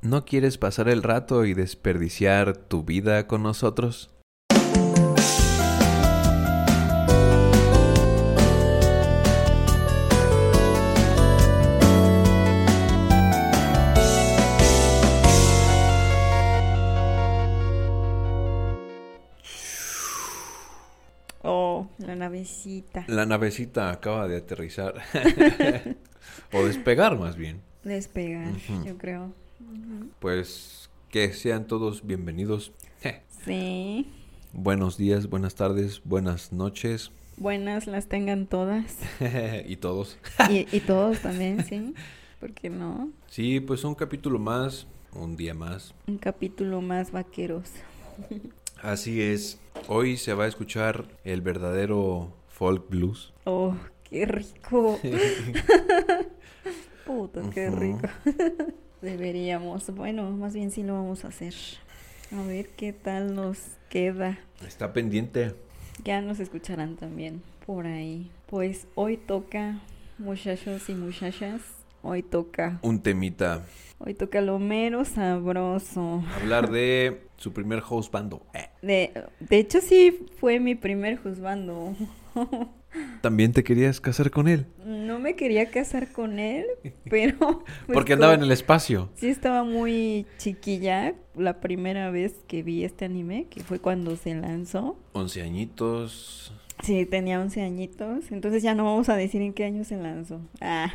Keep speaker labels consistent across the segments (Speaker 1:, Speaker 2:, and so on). Speaker 1: ¿No quieres pasar el rato y desperdiciar tu vida con nosotros?
Speaker 2: Oh, la navecita.
Speaker 1: La navecita acaba de aterrizar. o despegar más bien.
Speaker 2: Despegar,
Speaker 1: Ujú.
Speaker 2: yo creo. Ujú.
Speaker 1: Pues que sean todos bienvenidos.
Speaker 2: Sí.
Speaker 1: Buenos días, buenas tardes, buenas noches.
Speaker 2: Buenas las tengan todas.
Speaker 1: y todos.
Speaker 2: Y, y todos también, sí. ¿Por qué no?
Speaker 1: Sí, pues un capítulo más, un día más.
Speaker 2: Un capítulo más vaqueros.
Speaker 1: Así es. Hoy se va a escuchar el verdadero folk blues.
Speaker 2: Oh, qué rico. Puta, qué
Speaker 1: Ujú.
Speaker 2: rico. Deberíamos. Bueno, más bien sí lo vamos a hacer. A ver qué tal nos queda.
Speaker 1: Está pendiente.
Speaker 2: Ya nos escucharán también por ahí. Pues hoy toca, muchachos y muchachas, hoy toca,
Speaker 1: Un temita.
Speaker 2: hoy toca lo mero sabroso.
Speaker 1: Hablar de su primer host bando. Eh.
Speaker 2: De, de hecho sí fue mi primer juzgando.
Speaker 1: También te querías casar con él.
Speaker 2: No me quería casar con él, pero... pues,
Speaker 1: Porque andaba en
Speaker 2: como-
Speaker 1: el espacio.
Speaker 2: Sí estaba muy chiquilla la primera vez que vi este anime, que fue cuando se lanzó.
Speaker 1: Once añitos.
Speaker 2: Sí, tenía 11 añitos, entonces ya no vamos a decir en qué año se lanzó. Ah.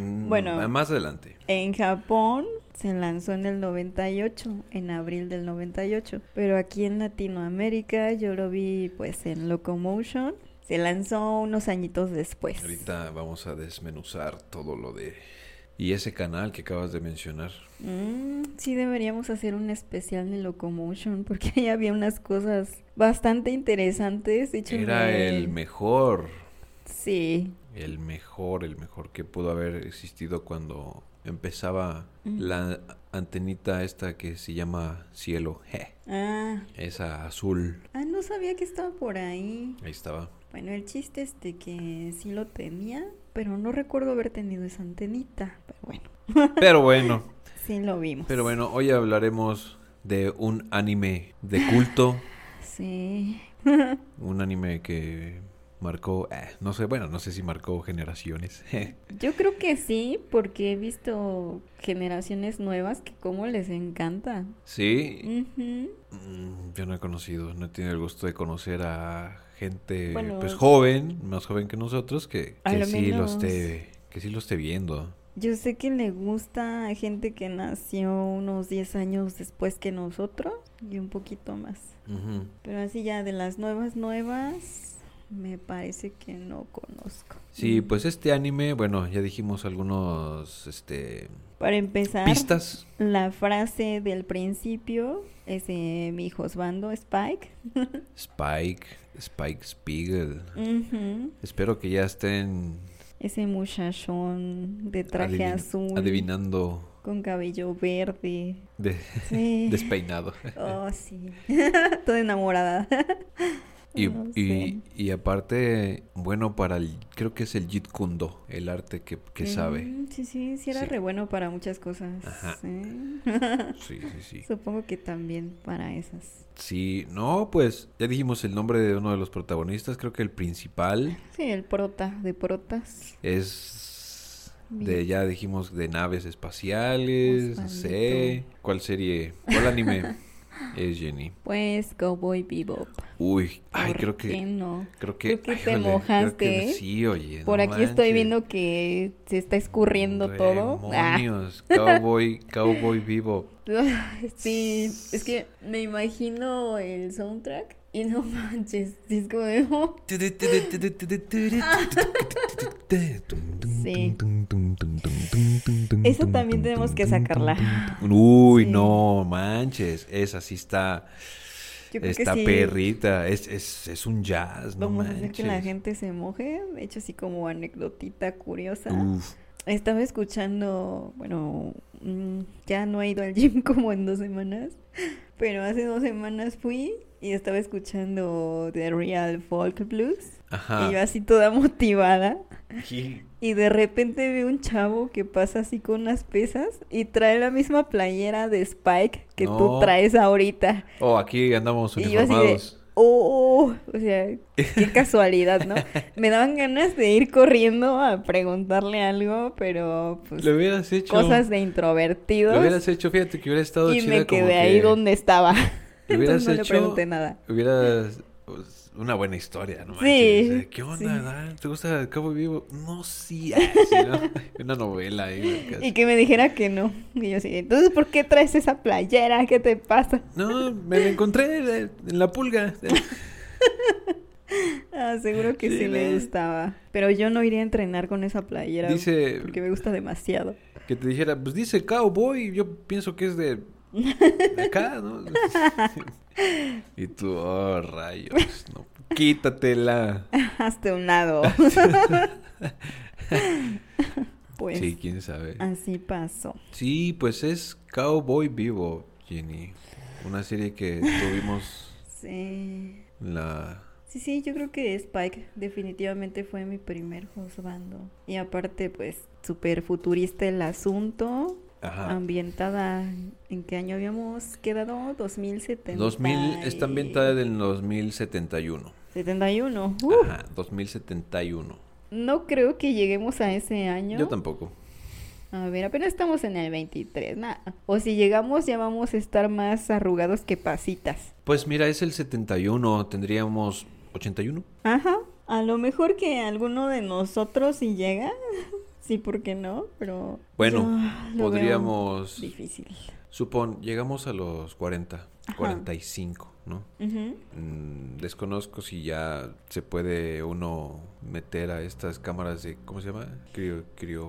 Speaker 1: Mm,
Speaker 2: Bueno.
Speaker 1: Más adelante.
Speaker 2: En Japón se lanzó en el 98, en abril del 98, pero aquí en Latinoamérica yo lo vi pues en Locomotion. Se lanzó unos añitos después.
Speaker 1: Ahorita vamos a desmenuzar todo lo de... Y ese canal que acabas de mencionar.
Speaker 2: Mm, sí deberíamos hacer un especial de Locomotion porque ahí había unas cosas bastante interesantes. dicho
Speaker 1: Era
Speaker 2: de-
Speaker 1: el mejor.
Speaker 2: Sí.
Speaker 1: El mejor, el mejor que pudo haber existido cuando empezaba
Speaker 2: Mm.
Speaker 1: la antenita esta que se llama cielo. Je.
Speaker 2: Ah,
Speaker 1: Esa azul.
Speaker 2: ah, no sabía que estaba por ahí.
Speaker 1: Ahí estaba.
Speaker 2: Bueno, el chiste es de que sí lo tenía, pero no recuerdo haber tenido esa antenita. Pero bueno.
Speaker 1: Pero bueno.
Speaker 2: Sí, lo vimos.
Speaker 1: Pero bueno, hoy hablaremos de un anime de culto.
Speaker 2: Sí.
Speaker 1: Un anime que marcó, eh, no sé, bueno, no sé si marcó generaciones.
Speaker 2: Yo creo que sí, porque he visto generaciones nuevas que como les encanta.
Speaker 1: sí,
Speaker 2: Ujú.
Speaker 1: mm, yo no he conocido, no he tenido el gusto de conocer a gente
Speaker 2: Bueno,
Speaker 1: pues joven, más joven que nosotros, que,
Speaker 2: a
Speaker 1: que
Speaker 2: lo
Speaker 1: sí lo
Speaker 2: menos-
Speaker 1: esté, que sí lo esté viendo.
Speaker 2: Yo sé que le gusta a gente que nació unos 10 años después que nosotros y un poquito más.
Speaker 1: Ujú.
Speaker 2: Pero así ya de las nuevas nuevas, me parece que no conozco.
Speaker 1: Sí,
Speaker 2: Mm.
Speaker 1: pues este anime, bueno, ya dijimos algunos este
Speaker 2: Para empezar,
Speaker 1: pistas.
Speaker 2: la frase del principio es de mi Josbando Spike.
Speaker 1: Spike, Spike Spiegel.
Speaker 2: Mm. Ujú.
Speaker 1: Espero que ya estén
Speaker 2: Ese muchachón de traje
Speaker 1: adivin-
Speaker 2: azul.
Speaker 1: adivinando
Speaker 2: Con cabello verde.
Speaker 1: de-
Speaker 2: Sí.
Speaker 1: despeinado.
Speaker 2: Oh, sí. Toda enamorada.
Speaker 1: Y,
Speaker 2: No sé.
Speaker 1: y, y aparte, bueno, para el, creo que es el Jeet Kundo, el arte que, que sabe.
Speaker 2: Mm, Sí, sí, sí era
Speaker 1: Sí.
Speaker 2: re bueno para muchas cosas.
Speaker 1: Ajá.
Speaker 2: ¿eh?
Speaker 1: Sí, sí, sí.
Speaker 2: Supongo que también para esas.
Speaker 1: Sí, no, pues ya dijimos el nombre de uno de los protagonistas, creo que el principal
Speaker 2: Sí, el prota de protas.
Speaker 1: es de,
Speaker 2: Bien.
Speaker 1: ya dijimos, de naves espaciales, no sé.
Speaker 2: Osvaldito.
Speaker 1: ¿Cuál serie? ¿Cuál anime es Jenny?
Speaker 2: Pues Cowboy Bebop.
Speaker 1: Uy, ay,
Speaker 2: ¿Por
Speaker 1: creo
Speaker 2: qué
Speaker 1: que...
Speaker 2: no?
Speaker 1: Creo que,
Speaker 2: Creo que
Speaker 1: ay,
Speaker 2: te
Speaker 1: creo que
Speaker 2: mojaste, ¿eh?
Speaker 1: sí, oye.
Speaker 2: Por
Speaker 1: no
Speaker 2: aquí estoy
Speaker 1: manches.
Speaker 2: viendo que se está escurriendo todo. Ah.
Speaker 1: Demonios, cowboy, cowboy vivo.
Speaker 2: Ay, Sí, es que me imagino el soundtrack y no manches, sí, es como de, oh, Sí. Esa también tenemos que sacarla.
Speaker 1: Uy,
Speaker 2: Sí.
Speaker 1: no manches, esa sí está,
Speaker 2: yo creo que
Speaker 1: está
Speaker 2: sí,
Speaker 1: perrita, es, es, es un jazz, no
Speaker 2: Vamos a hacer que
Speaker 1: manches.
Speaker 2: la gente se moje. De hecho, así como anecdotita curiosa.
Speaker 1: Uf,
Speaker 2: Estaba escuchando, bueno, mm, ya no he ido al gym como en dos semanas, pero hace dos semanas fui y estaba escuchando The Real Folk Blues.
Speaker 1: ajá.
Speaker 2: Y yo así toda motivada.
Speaker 1: Sí.
Speaker 2: Y de repente ve un chavo que pasa así con unas pesas y trae la misma playera de Spike que tú
Speaker 1: No.
Speaker 2: traes ahorita.
Speaker 1: Oh, aquí andamos
Speaker 2: Y yo así de,
Speaker 1: uniformados.
Speaker 2: oh, o sea, qué casualidad, ¿no? Me daban ganas de ir corriendo a preguntarle algo, pero pues
Speaker 1: Lo hubieras hecho.
Speaker 2: cosas de
Speaker 1: Lo
Speaker 2: introvertidos.
Speaker 1: hubieras hecho, fíjate que hubiera estado
Speaker 2: Y
Speaker 1: chida
Speaker 2: me
Speaker 1: como
Speaker 2: quedé ahí
Speaker 1: que
Speaker 2: donde estaba.
Speaker 1: hubieras
Speaker 2: Entonces no le
Speaker 1: hecho-
Speaker 2: pregunté nada.
Speaker 1: Hubieras pues, una buena historia, ¿no?
Speaker 2: Sí,
Speaker 1: manches? O sea, ¿Qué onda?
Speaker 2: sí.
Speaker 1: Dan? ¿Te gusta el Cabo Vivo? No, sí. ah, sí, ¿no? Una novela ahí. acá.
Speaker 2: Y que me dijera que no. Y yo así, entonces, ¿por qué traes esa playera? ¿Qué te pasa?
Speaker 1: No, me la encontré eh, en la pulga.
Speaker 2: Ah, seguro que sí,
Speaker 1: Sí,
Speaker 2: le
Speaker 1: ¿no?
Speaker 2: gustaba. Pero yo no iría a entrenar con esa playera.
Speaker 1: Dice
Speaker 2: Porque me gusta demasiado.
Speaker 1: que te dijera, pues dice cowboy, yo pienso que es de, de acá, ¿no? y tú, oh, rayos, no, quítatela.
Speaker 2: Hazte un lado. pues
Speaker 1: Sí, quién sabe.
Speaker 2: así pasó.
Speaker 1: Sí, pues es Cowboy Vivo, Jenny. Una serie que tuvimos
Speaker 2: Sí.
Speaker 1: la...
Speaker 2: Sí, sí, yo creo que Spike definitivamente fue mi primer juzgando. Y aparte, pues, súper futurista el asunto.
Speaker 1: Ajá.
Speaker 2: Ambientada, ¿en qué año habíamos quedado? 2070.
Speaker 1: 2000, está ambientada Ah, en el 2071.
Speaker 2: 71. Uh,
Speaker 1: Ajá, 2071.
Speaker 2: no creo que lleguemos a ese año.
Speaker 1: Yo tampoco.
Speaker 2: A ver, apenas estamos en el 23, nada. O si llegamos ya vamos a estar más arrugados que pasitas.
Speaker 1: Pues mira, es el 71, tendríamos 81.
Speaker 2: Ajá. A lo mejor que alguno de nosotros si llega. Sí, ¿por qué no? Pero...
Speaker 1: Bueno,
Speaker 2: yo lo veo
Speaker 1: podríamos...
Speaker 2: Difícil.
Speaker 1: Supón, llegamos a los 40,
Speaker 2: Ajá.
Speaker 1: 45, ¿no?
Speaker 2: Ujú.
Speaker 1: Mm, desconozco si ya se puede uno meter a estas cámaras de... ¿Cómo se llama? Crio... crio...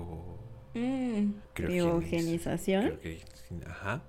Speaker 2: Mm,
Speaker 1: Criogeniz-
Speaker 2: Criogenización.
Speaker 1: criogen- Ajá.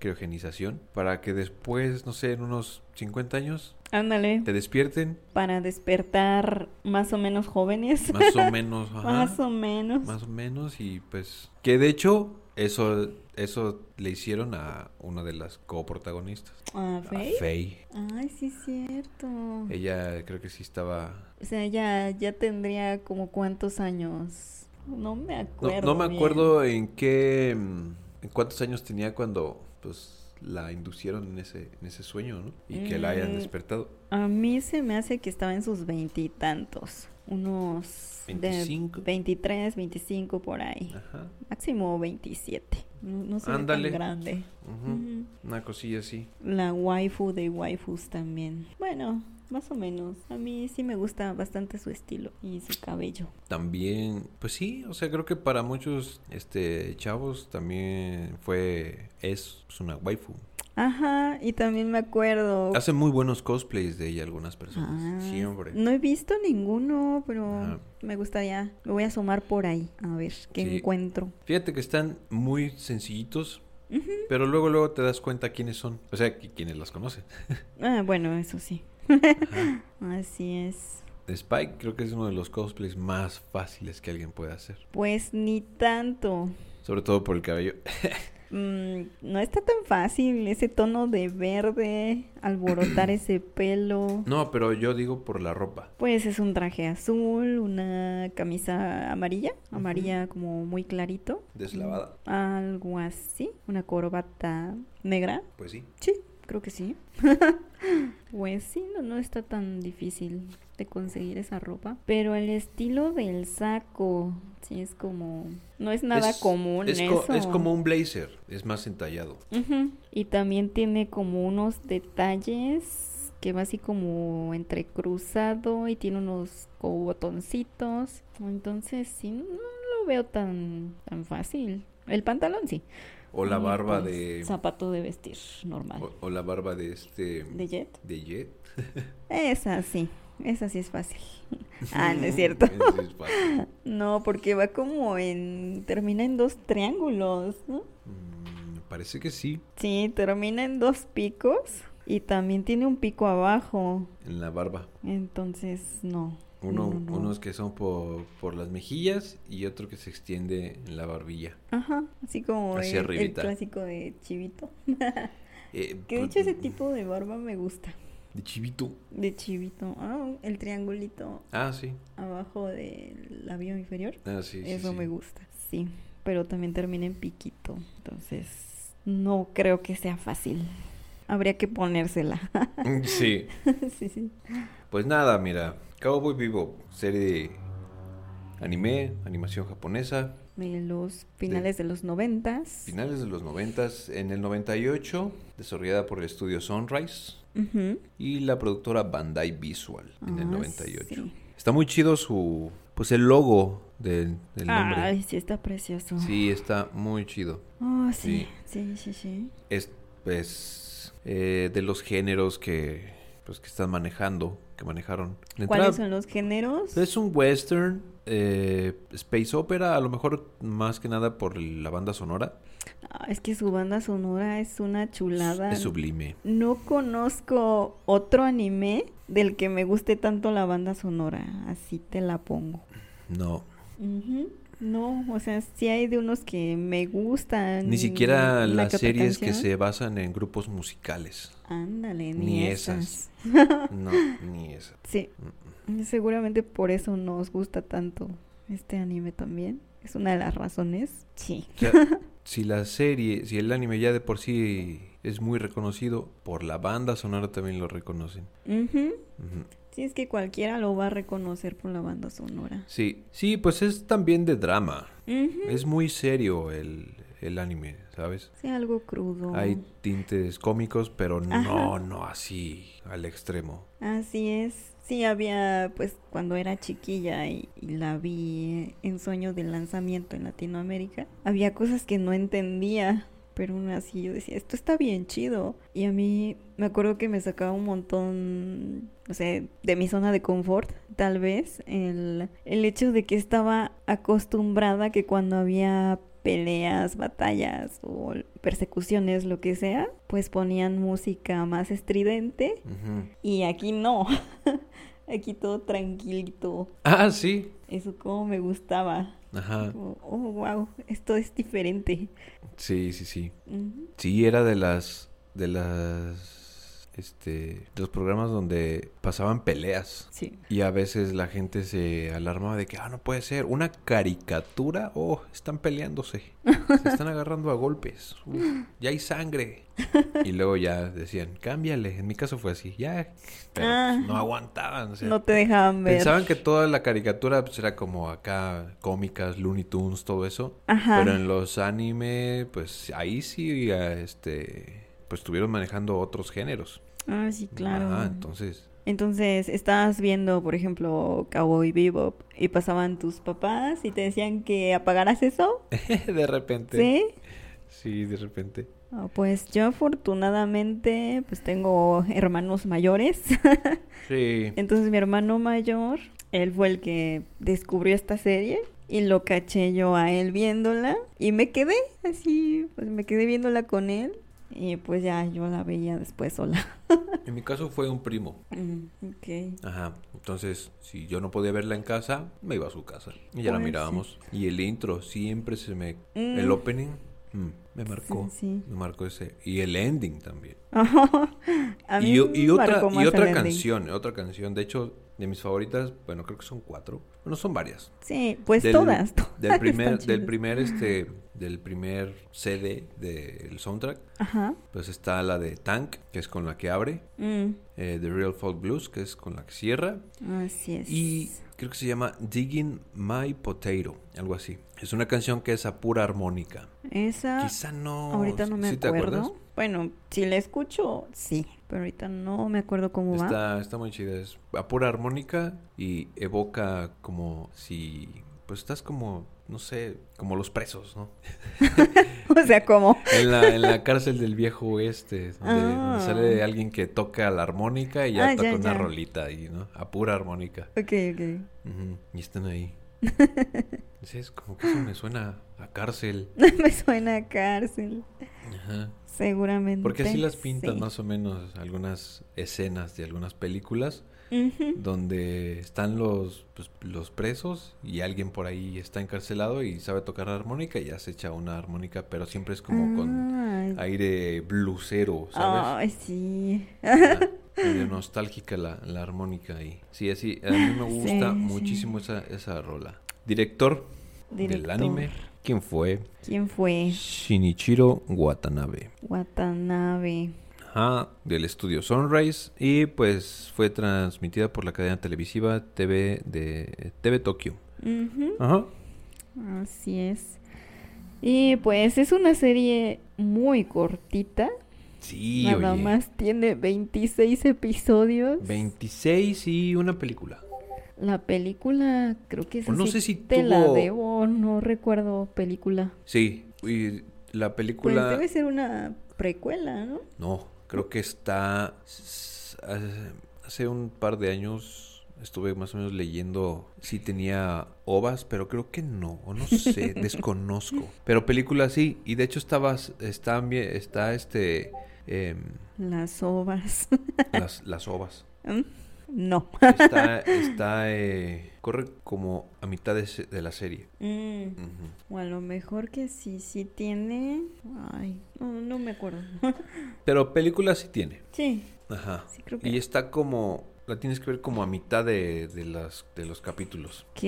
Speaker 1: Criogenización. Para que después, no sé, en unos 50 años,
Speaker 2: Ándale,
Speaker 1: te despierten.
Speaker 2: para despertar más o menos jóvenes.
Speaker 1: Más o menos. Ajá.
Speaker 2: Más o menos.
Speaker 1: Más o menos. Y pues. Que de hecho, eso, eso le hicieron a una de las coprotagonistas.
Speaker 2: Ah,
Speaker 1: a
Speaker 2: ¿ve?
Speaker 1: Faye.
Speaker 2: Ay, sí es cierto.
Speaker 1: Ella creo que sí estaba.
Speaker 2: O sea, ya, ya tendría como cuántos años. No me
Speaker 1: No,
Speaker 2: acuerdo.
Speaker 1: no me
Speaker 2: bien.
Speaker 1: acuerdo en qué. mm, En cuántos años tenía cuando. Pues la inducieron en ese, en ese sueño, ¿no? Y que la hayan
Speaker 2: Mm.
Speaker 1: despertado.
Speaker 2: A mí se me hace que estaba en sus veintitantos. Unos. de
Speaker 1: 25.
Speaker 2: 23, 25 por ahí.
Speaker 1: Ajá.
Speaker 2: Máximo 27. No, no se ve tan
Speaker 1: Ah. Ándale.
Speaker 2: grande.
Speaker 1: ujú,
Speaker 2: Ujú.
Speaker 1: Una cosilla así.
Speaker 2: La waifu de waifus también. Bueno, más o menos. A mí sí me gusta bastante su estilo y su cabello.
Speaker 1: También, pues sí, o sea, creo que para muchos este chavos también fue es pues, una waifu.
Speaker 2: Ajá, y también me acuerdo.
Speaker 1: Hacen muy buenos cosplays de ella algunas personas,
Speaker 2: Ah,
Speaker 1: siempre.
Speaker 2: No he visto ninguno, pero
Speaker 1: Ajá.
Speaker 2: me gustaría. Me voy a asomar por ahí a ver qué
Speaker 1: Sí.
Speaker 2: encuentro.
Speaker 1: Fíjate que están muy sencillitos, pero luego luego te das cuenta quiénes son, o sea, qui- quiénes las conocen.
Speaker 2: Ah, bueno, eso sí.
Speaker 1: Ajá.
Speaker 2: Así es.
Speaker 1: Spike creo que es uno de los cosplays más fáciles que alguien puede hacer,
Speaker 2: Pues ni tanto.
Speaker 1: sobre todo por el cabello.
Speaker 2: Mm, no está tan fácil ese tono de verde, alborotar ese pelo.
Speaker 1: No, pero yo digo por la ropa.
Speaker 2: Pues es un traje azul, una camisa amarilla, amarilla como muy clarito.
Speaker 1: Deslavada,
Speaker 2: Algo así, una corbata negra.
Speaker 1: pues sí.
Speaker 2: Sí, creo que sí. pues sí, no, no está tan difícil de conseguir esa ropa. Pero el estilo del saco, sí, es como... No es nada
Speaker 1: Es-
Speaker 2: común
Speaker 1: es co-
Speaker 2: eso.
Speaker 1: es como un blazer, es más entallado.
Speaker 2: Ujú. Y también tiene como unos detalles que va así como entrecruzado y tiene unos como botoncitos. Entonces, sí, no lo veo tan, tan fácil. El pantalón sí.
Speaker 1: O la
Speaker 2: Y,
Speaker 1: barba
Speaker 2: pues,
Speaker 1: de.
Speaker 2: Zapato de vestir normal.
Speaker 1: O, o la barba de este.
Speaker 2: ¿De jet?
Speaker 1: De Jet.
Speaker 2: Esa sí, esa sí es fácil. Ah, no es cierto.
Speaker 1: Ese es fácil.
Speaker 2: No, porque va como en... termina en dos triángulos, ¿no?
Speaker 1: Mm, parece que sí.
Speaker 2: Sí, termina en dos picos y también tiene un pico abajo.
Speaker 1: En la barba.
Speaker 2: Entonces, no.
Speaker 1: Uno,
Speaker 2: no, no.
Speaker 1: Unos que son por, por las mejillas y otro que se extiende en la barbilla.
Speaker 2: Ajá, así como
Speaker 1: Hacia
Speaker 2: el, el
Speaker 1: arribita.
Speaker 2: clásico de chivito.
Speaker 1: Eh,
Speaker 2: Que de
Speaker 1: pues,
Speaker 2: hecho ese tipo de barba me gusta.
Speaker 1: De chivito.
Speaker 2: De chivito. Ah, el triangulito
Speaker 1: Ah, sí.
Speaker 2: abajo del labio inferior.
Speaker 1: Ah, sí, sí,
Speaker 2: Eso
Speaker 1: sí.
Speaker 2: me gusta. Sí, pero también termina en piquito. Entonces, no creo que sea fácil. Habría que ponérsela.
Speaker 1: Sí.
Speaker 2: sí, sí.
Speaker 1: Pues nada, mira. Cowboy Vivo, serie de anime, animación japonesa,
Speaker 2: De los finales de los noventas.
Speaker 1: finales de los 90, en el 98, desarrollada por el estudio Sunrise
Speaker 2: Ujú.
Speaker 1: y la productora Bandai Visual en el
Speaker 2: Ah,
Speaker 1: 98.
Speaker 2: sí.
Speaker 1: Está muy chido su, pues el logo del, del nombre.
Speaker 2: Ay, sí, está precioso.
Speaker 1: Sí, está muy chido.
Speaker 2: Oh, sí. Sí, sí, sí.
Speaker 1: Es, pues, eh, de los géneros que, pues, que están manejando, que manejaron. La entrada- pues,
Speaker 2: ¿Cuáles son los géneros?
Speaker 1: Es un western, eh, space opera, a lo mejor más que nada por la banda sonora.
Speaker 2: Ah, es que su banda sonora es una chulada.
Speaker 1: Es sublime.
Speaker 2: No conozco otro anime del que me guste tanto la banda sonora. Así te la pongo.
Speaker 1: No,
Speaker 2: Ujú. No, o sea, sí hay de unos que me gustan.
Speaker 1: ni siquiera
Speaker 2: una
Speaker 1: las
Speaker 2: que otra
Speaker 1: series que
Speaker 2: canción.
Speaker 1: se basan en grupos musicales.
Speaker 2: Ándale, ni,
Speaker 1: ni
Speaker 2: esas.
Speaker 1: esas. No, ni esa.
Speaker 2: Sí, seguramente por eso nos gusta tanto este anime también. Es una de las razones. Sí.
Speaker 1: O sea, si la serie, si el anime ya de por sí es muy reconocido, por la banda sonora también lo reconocen.
Speaker 2: Ujú.
Speaker 1: Ujú.
Speaker 2: Sí, es que cualquiera lo va a reconocer por la banda sonora.
Speaker 1: Sí, sí, pues es también de drama.
Speaker 2: Ujú.
Speaker 1: Es muy serio el, el anime, ¿sabes?
Speaker 2: Sí, algo crudo.
Speaker 1: Hay tintes cómicos, pero no,
Speaker 2: Mm. Ajá.
Speaker 1: no así al extremo.
Speaker 2: Así es. Sí, había, pues, cuando era chiquilla y, y la vi en sueños de lanzamiento en Latinoamérica, había cosas que no entendía, pero aún así yo decía, esto está bien chido. Y a mí me acuerdo que me sacaba un montón, o sea, de mi zona de confort, tal vez, el, el hecho de que estaba acostumbrada que cuando había peleas, batallas o persecuciones, lo que sea, pues ponían música más estridente
Speaker 1: Ujú.
Speaker 2: y aquí no. aquí todo tranquilito.
Speaker 1: Ah, sí.
Speaker 2: Eso como me gustaba.
Speaker 1: Ajá.
Speaker 2: Como, oh, wow, esto es diferente.
Speaker 1: Sí, sí, sí.
Speaker 2: Ujú.
Speaker 1: Sí, era de las, de las, este, de los programas donde pasaban peleas.
Speaker 2: Sí.
Speaker 1: Y a veces la gente se alarmaba de que, ah, no puede ser, una caricatura, oh, están peleándose, se están agarrando a golpes, Uf, ya hay sangre. Y luego ya decían, cámbiale, en mi caso fue así, ya, pero
Speaker 2: Ah.
Speaker 1: pues, no aguantaban. o sea,
Speaker 2: no te dejaban ver.
Speaker 1: pensaban que toda la caricatura pues, era como acá, cómicas, Looney Tunes, todo eso,
Speaker 2: Ajá.
Speaker 1: pero en los anime, pues ahí sí, ah, este, pues estuvieron manejando otros géneros.
Speaker 2: Ah, sí, claro.
Speaker 1: Ajá,
Speaker 2: entonces...
Speaker 1: entonces...
Speaker 2: estabas viendo, por ejemplo, Cowboy Bebop y pasaban tus papás y te decían que apagaras eso.
Speaker 1: De repente.
Speaker 2: ¿Sí?
Speaker 1: Sí, de repente.
Speaker 2: Ah, Pues yo afortunadamente pues tengo hermanos mayores.
Speaker 1: Sí.
Speaker 2: Entonces mi hermano mayor, él fue el que descubrió esta serie y lo caché yo a él viéndola y me quedé así, pues me quedé viéndola con él y pues ya yo la veía después sola.
Speaker 1: En mi caso fue un primo.
Speaker 2: Mm, ok.
Speaker 1: Ajá. Entonces, si yo no podía verla en casa, me iba a su casa. Y ya la
Speaker 2: Pues,
Speaker 1: mirábamos. Y el intro siempre se me...
Speaker 2: Mm.
Speaker 1: El opening mm, me marcó.
Speaker 2: sí.
Speaker 1: Me marcó ese. Y el ending también.
Speaker 2: a mí
Speaker 1: y, y
Speaker 2: me
Speaker 1: otra,
Speaker 2: marcó
Speaker 1: y
Speaker 2: más
Speaker 1: otra
Speaker 2: el ending.
Speaker 1: canción, otra canción. De hecho, de mis favoritas, bueno, creo que son cuatro. Bueno, son varias.
Speaker 2: Sí, pues
Speaker 1: Del-
Speaker 2: todas, todas
Speaker 1: Del
Speaker 2: están
Speaker 1: primer, del
Speaker 2: chidas.
Speaker 1: primer, este, del primer CD del soundtrack,
Speaker 2: Ajá.
Speaker 1: pues está la de Tank, que es con la que abre.
Speaker 2: Mm,
Speaker 1: eh, The Real Folk Blues, que es con la que cierra.
Speaker 2: así es.
Speaker 1: Y creo que se llama Digging My Potato, algo así. Es una canción que es a pura armónica.
Speaker 2: Esa
Speaker 1: Quizá no.
Speaker 2: Ah, ahorita no me
Speaker 1: ¿sí te acuerdas?
Speaker 2: acuerdo. Bueno, si la escucho, sí, pero ahorita no me acuerdo cómo va.
Speaker 1: Está, está muy chida. Es a pura armónica y evoca como si. Pues estás como, no sé, como los presos, ¿no?
Speaker 2: O sea, como
Speaker 1: En la, en la cárcel del viejo oeste, donde, donde
Speaker 2: Ah.
Speaker 1: sale alguien que toca la armónica y ya
Speaker 2: Ah,
Speaker 1: toca
Speaker 2: ya,
Speaker 1: una
Speaker 2: ya.
Speaker 1: rolita ahí, ¿no? A pura armónica.
Speaker 2: Ok, ok.
Speaker 1: Ujú, Y están ahí. Sí, es como que eso me suena a cárcel.
Speaker 2: Me suena a cárcel.
Speaker 1: Ajá.
Speaker 2: Seguramente.
Speaker 1: Porque así las pintan
Speaker 2: Mm, sí.
Speaker 1: más o menos algunas escenas de algunas películas
Speaker 2: Ujú.
Speaker 1: donde están los, pues, los presos y alguien por ahí está encarcelado y sabe tocar la armónica y ya se echa una armónica, pero
Speaker 2: Mm.
Speaker 1: siempre es como con
Speaker 2: Ay, Ah.
Speaker 1: aire blusero, ¿sabes?
Speaker 2: ay, Ah. sí.
Speaker 1: Ajá. medio nostálgica la, la armónica ahí. Sí, así, a mí me gusta
Speaker 2: Sí, sí.
Speaker 1: muchísimo esa, esa rola. Director, del
Speaker 2: Director.
Speaker 1: anime, ¿quién fue?
Speaker 2: ¿Quién fue?
Speaker 1: Shinichiro Watanabe.
Speaker 2: Watanabe.
Speaker 1: Ajá, del estudio Sunrise y pues fue transmitida por la cadena televisiva TV de TV Tokyo.
Speaker 2: Ujú,
Speaker 1: Ajá.
Speaker 2: Así es. Y pues es una serie muy cortita.
Speaker 1: Sí,
Speaker 2: Nada
Speaker 1: oye.
Speaker 2: más tiene 26 episodios.
Speaker 1: 26 y una película.
Speaker 2: La película, creo que esa
Speaker 1: No
Speaker 2: sí
Speaker 1: sé si
Speaker 2: te la
Speaker 1: tuvo-
Speaker 2: debo, no recuerdo película.
Speaker 1: Sí, y la
Speaker 2: Pues
Speaker 1: película
Speaker 2: debe ser una precuela, ¿no?
Speaker 1: No, creo que está... s- hace- Hace un par de años estuve más o menos leyendo si tenía ovas, pero creo que no, o no sé, desconozco. Pero película sí, y de hecho estaba, está, ambi- está este... em,
Speaker 2: Las ovas.
Speaker 1: las, las ovas.
Speaker 2: Mm, no.
Speaker 1: Está, está eh, corre como a mitad de, se- de la serie.
Speaker 2: Mm,
Speaker 1: Ujú.
Speaker 2: O a lo mejor que sí, sí tiene. Ay, no, no me acuerdo.
Speaker 1: Pero película sí tiene.
Speaker 2: sí,
Speaker 1: Ajá.
Speaker 2: sí creo
Speaker 1: Y
Speaker 2: que.
Speaker 1: está como... La tienes que ver como a mitad de, de, las, de los capítulos.
Speaker 2: Ok.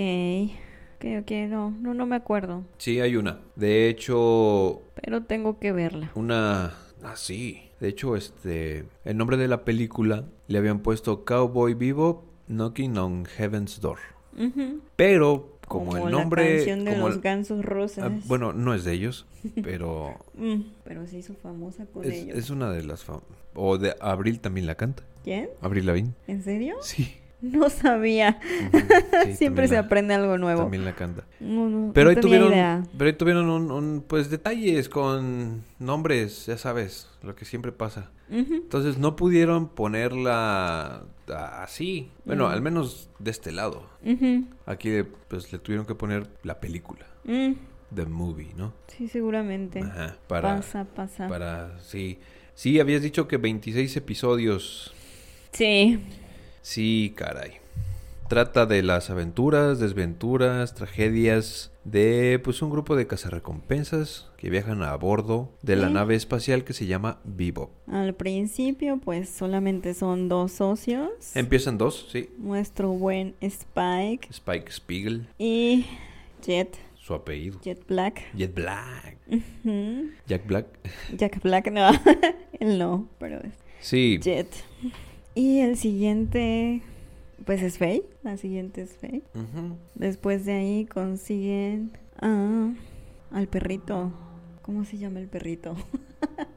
Speaker 2: Ok, ok, no, no, no me acuerdo.
Speaker 1: Sí, hay una. De hecho,
Speaker 2: Pero tengo que verla.
Speaker 1: una... Ah, sí. De hecho, este... El nombre de la película le habían puesto Cowboy Vivo Knocking on Heaven's Door.
Speaker 2: Ujú.
Speaker 1: Pero, como, el
Speaker 2: La
Speaker 1: nombre...
Speaker 2: canción de
Speaker 1: como
Speaker 2: los
Speaker 1: el-
Speaker 2: gansos rosas.
Speaker 1: Ah, bueno, no es de ellos, pero...
Speaker 2: Mm, pero se hizo famosa con
Speaker 1: es,
Speaker 2: ellos.
Speaker 1: es una de las... fam- O de Abril también la canta.
Speaker 2: ¿Quién?
Speaker 1: Abril Lavigne.
Speaker 2: ¿En serio?
Speaker 1: Sí.
Speaker 2: No sabía.
Speaker 1: Ujú, sí,
Speaker 2: Siempre
Speaker 1: también
Speaker 2: se
Speaker 1: la-
Speaker 2: aprende algo nuevo.
Speaker 1: También la canta.
Speaker 2: No, no,
Speaker 1: Pero
Speaker 2: no
Speaker 1: ahí
Speaker 2: tenía
Speaker 1: tuvieron,
Speaker 2: idea.
Speaker 1: pero ahí tuvieron un, un, pues detalles con nombres, ya sabes, lo que siempre pasa.
Speaker 2: Ujú.
Speaker 1: Entonces no pudieron ponerla a- así. Bueno,
Speaker 2: Mm.
Speaker 1: al menos de este lado.
Speaker 2: Ujú.
Speaker 1: Aquí pues le tuvieron que poner la película,
Speaker 2: Mm,
Speaker 1: the movie, ¿no?
Speaker 2: Sí, seguramente.
Speaker 1: Ajá, Ah, para
Speaker 2: pasa, pasa.
Speaker 1: para sí. Sí, habías dicho que 26 episodios.
Speaker 2: Sí.
Speaker 1: Sí, caray. Trata de las aventuras, desventuras, tragedias de pues un grupo de cazarrecompensas que viajan a bordo de la
Speaker 2: Sí.
Speaker 1: nave espacial que se llama Bebop.
Speaker 2: Al principio, pues solamente son dos socios.
Speaker 1: Empiezan dos, sí.
Speaker 2: Nuestro buen Spike
Speaker 1: Spike Spiegel,
Speaker 2: y Jet,
Speaker 1: su apellido.
Speaker 2: Jet Black.
Speaker 1: Jet Black.
Speaker 2: Ujú.
Speaker 1: Jack Black.
Speaker 2: Jack Black, no. Él no, pero es
Speaker 1: Sí.
Speaker 2: Jet. Y el siguiente, pues es Faye. La siguiente es Faye.
Speaker 1: Ujú.
Speaker 2: Después de ahí consiguen ah, al perrito. ¿Cómo se llama el perrito?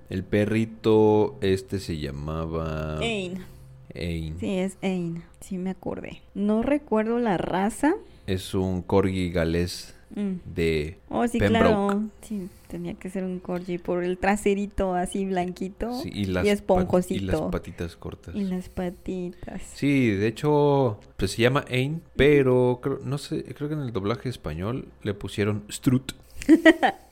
Speaker 1: El perrito este se llamaba...
Speaker 2: Ain.
Speaker 1: Ain.
Speaker 2: Sí, es Ain. Sí, me acordé. No recuerdo la raza.
Speaker 1: Es un corgi galés
Speaker 2: Mm.
Speaker 1: de...
Speaker 2: Oh, sí,
Speaker 1: Pembroke.
Speaker 2: claro. Sí, tenía que ser un corgi por el traserito así blanquito
Speaker 1: sí,
Speaker 2: y,
Speaker 1: las pat-
Speaker 2: esponjosito.
Speaker 1: Y las patitas cortas.
Speaker 2: Y las patitas.
Speaker 1: Sí, de hecho, pues se llama Ain, pero creo, no sé, creo que en el doblaje español le pusieron Strut.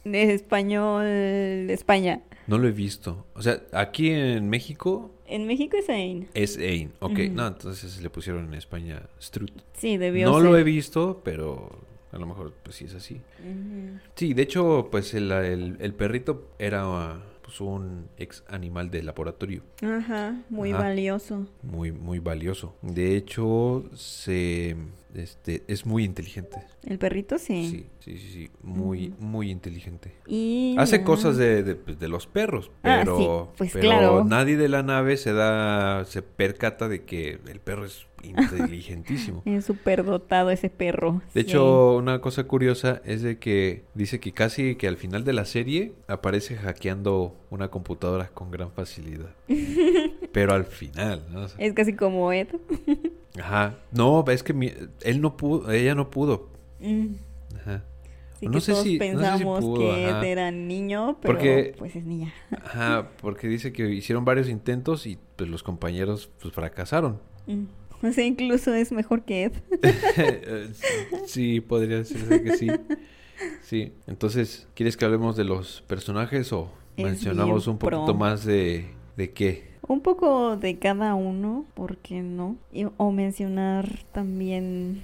Speaker 2: De español, de España.
Speaker 1: No lo he visto. O sea, aquí en México
Speaker 2: En México es Ain.
Speaker 1: es Ain. Ok,
Speaker 2: Ujú.
Speaker 1: no, entonces le pusieron en España Strut.
Speaker 2: Sí, debió
Speaker 1: No
Speaker 2: ser.
Speaker 1: lo he visto, pero a lo mejor pues sí es así.
Speaker 2: Ujú.
Speaker 1: Sí, de hecho, pues el, el- el perrito era ah, pues, un ex animal de laboratorio.
Speaker 2: Ajá, muy
Speaker 1: Ajá.
Speaker 2: valioso.
Speaker 1: Muy, muy valioso. De hecho, se este, es muy inteligente.
Speaker 2: El perrito sí.
Speaker 1: Sí, sí, sí, sí, Muy,
Speaker 2: Ujú.
Speaker 1: muy inteligente.
Speaker 2: Y
Speaker 1: Hace
Speaker 2: la-
Speaker 1: cosas de, de, pues, de los perros,
Speaker 2: Ah, sí,
Speaker 1: pero,
Speaker 2: pues,
Speaker 1: pero
Speaker 2: claro.
Speaker 1: nadie de la nave se da, se percata de que el perro es inteligentísimo.
Speaker 2: Es súper dotado ese perro.
Speaker 1: De
Speaker 2: sí.
Speaker 1: hecho, una cosa curiosa es de que dice que casi que al final de la serie aparece hackeando una computadora con gran facilidad. Pero al final, ¿no? O sea,
Speaker 2: Es casi como Ed.
Speaker 1: ajá. No, es que mi- él no pudo, ella no pudo.
Speaker 2: Mm.
Speaker 1: Ajá.
Speaker 2: Así
Speaker 1: No
Speaker 2: que
Speaker 1: sé
Speaker 2: todos
Speaker 1: si- no sé si
Speaker 2: pensamos
Speaker 1: pudo,
Speaker 2: que
Speaker 1: ajá.
Speaker 2: Ed era niño, pero
Speaker 1: Porque-
Speaker 2: pues es niña.
Speaker 1: Ajá, porque dice que hicieron varios intentos y pues los compañeros pues fracasaron.
Speaker 2: Mm. O sea, incluso es mejor que Ed.
Speaker 1: Eh, sí, podría ser que sí. Sí, entonces, ¿quieres que hablemos de los personajes o
Speaker 2: Es
Speaker 1: mencionamos
Speaker 2: bien
Speaker 1: un poquito
Speaker 2: pro.
Speaker 1: más de, de qué?
Speaker 2: Un poco de cada uno, ¿por qué no? Y- o mencionar también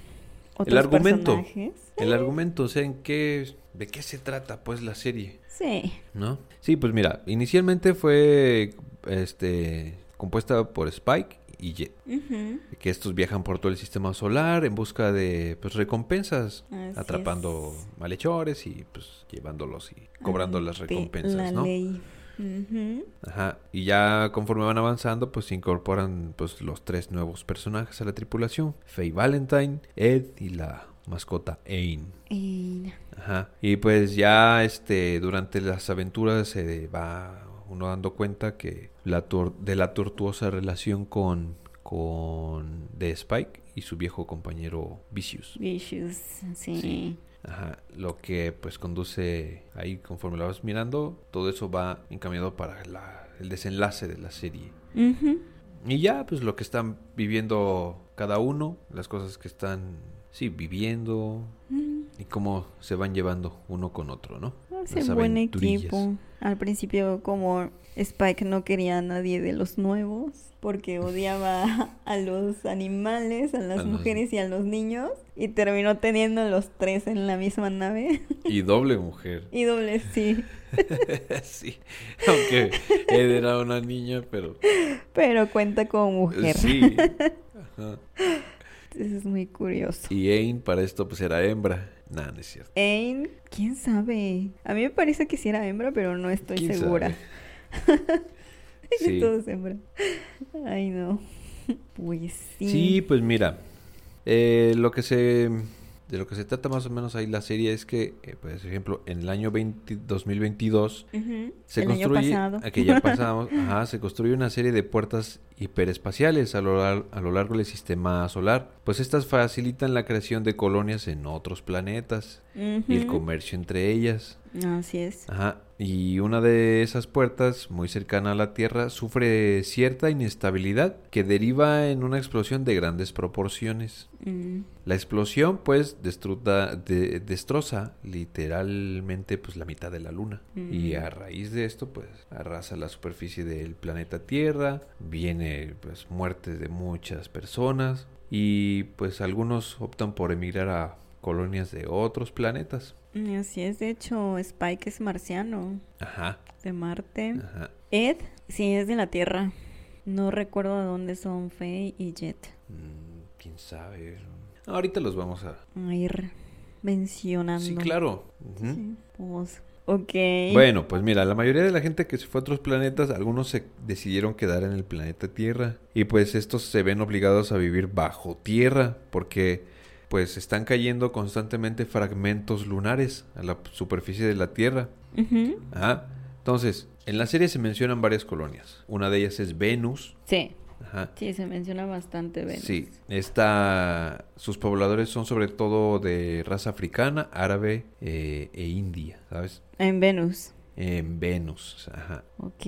Speaker 2: otros
Speaker 1: argumento.
Speaker 2: personajes.
Speaker 1: El argumento, o sea, en qué, de qué se trata pues la serie,
Speaker 2: Sí.
Speaker 1: ¿no? Sí, pues mira, inicialmente fue este compuesta por Spike y Jet.
Speaker 2: Ujú.
Speaker 1: Que estos viajan por todo el sistema solar en busca de pues, recompensas,
Speaker 2: Así
Speaker 1: atrapando malhechores y pues llevándolos y cobrando las
Speaker 2: Ante
Speaker 1: recompensas,
Speaker 2: la
Speaker 1: ¿no?
Speaker 2: ley. Ujú.
Speaker 1: Ajá. Y ya conforme van avanzando, pues se incorporan pues los tres nuevos personajes a la tripulación. Faye Valentine, Ed y la mascota Ain.
Speaker 2: Y-
Speaker 1: Ajá. Y pues ya este durante las aventuras se va uno dando cuenta que la tor- de la tortuosa relación con con de Spike y su viejo compañero Vicious.
Speaker 2: Vicious, sí.
Speaker 1: Sí. Ajá, lo que pues conduce ahí conforme lo vas mirando, todo eso va encaminado para la- el desenlace de la serie.
Speaker 2: Ujú.
Speaker 1: Y ya, pues lo que están viviendo cada uno, las cosas que están, sí, viviendo
Speaker 2: Mm.
Speaker 1: y cómo se van llevando uno con otro, ¿no?
Speaker 2: Hace
Speaker 1: Las
Speaker 2: buen
Speaker 1: aventurillas.
Speaker 2: equipo. Al principio como Spike no quería a nadie de los nuevos porque odiaba a los animales, a las
Speaker 1: A los-
Speaker 2: mujeres y a los niños y terminó teniendo a los tres en la misma nave
Speaker 1: Y doble mujer.
Speaker 2: y doble sí.
Speaker 1: sí, aunque Ed era una niña, pero...
Speaker 2: Pero cuenta como mujer.
Speaker 1: Sí. Ajá.
Speaker 2: Eso es muy curioso.
Speaker 1: Y Ain para esto pues era hembra. Nah, no es cierto.
Speaker 2: Ain, quién sabe. A mí me parece que sí era hembra, pero no estoy
Speaker 1: ¿Quién
Speaker 2: segura.
Speaker 1: sabe? sí.
Speaker 2: Todo es hembra. Ay, no. Pues sí.
Speaker 1: Sí, pues mira, eh, lo que se de lo que se trata más o menos ahí la serie es que, eh, por ejemplo, en el año 20 2022
Speaker 2: Ujú.
Speaker 1: se
Speaker 2: El
Speaker 1: construye,
Speaker 2: año pasado.
Speaker 1: ah, que ya pasamos, ajá, se construye una serie de puertas hiperespaciales a lo, lar- a lo largo del sistema solar. Pues estas facilitan la creación de colonias en otros planetas y el
Speaker 2: Ujú.
Speaker 1: comercio entre ellas.
Speaker 2: Así es.
Speaker 1: Ajá. Y una de esas puertas, muy cercana a la Tierra, sufre cierta inestabilidad que deriva en una explosión de grandes proporciones.
Speaker 2: Mm.
Speaker 1: La explosión, pues, destruta- de- destroza literalmente pues, la mitad de la Luna.
Speaker 2: Mm.
Speaker 1: Y a raíz de esto, pues, arrasa la superficie del planeta Tierra. Viene, pues, muerte de muchas personas. Y, pues, algunos optan por emigrar a colonias de otros planetas.
Speaker 2: Así es, de hecho, Spike es marciano,
Speaker 1: Ajá,
Speaker 2: de Marte.
Speaker 1: ajá.
Speaker 2: Ed, sí, es de la Tierra. No recuerdo a dónde son Faye y Jet.
Speaker 1: Mm, ¿Quién sabe? Ahorita los vamos a...
Speaker 2: A ir mencionando.
Speaker 1: Sí, claro. Ujú.
Speaker 2: Sí, pues, ok.
Speaker 1: Bueno, pues mira, la mayoría de la gente que se fue a otros planetas, algunos se decidieron quedar en el planeta Tierra. Y pues estos se ven obligados a vivir bajo tierra, porque pues están cayendo constantemente fragmentos lunares a la superficie de la Tierra.
Speaker 2: Ujú.
Speaker 1: Ajá. Entonces, en la serie se mencionan varias colonias. Una de ellas es Venus.
Speaker 2: Sí,
Speaker 1: Ajá.
Speaker 2: sí, se menciona bastante Venus.
Speaker 1: Sí, esta, sus pobladores son sobre todo de raza africana, árabe eh, e india, ¿sabes?
Speaker 2: En Venus.
Speaker 1: En Venus, ajá,
Speaker 2: Ok.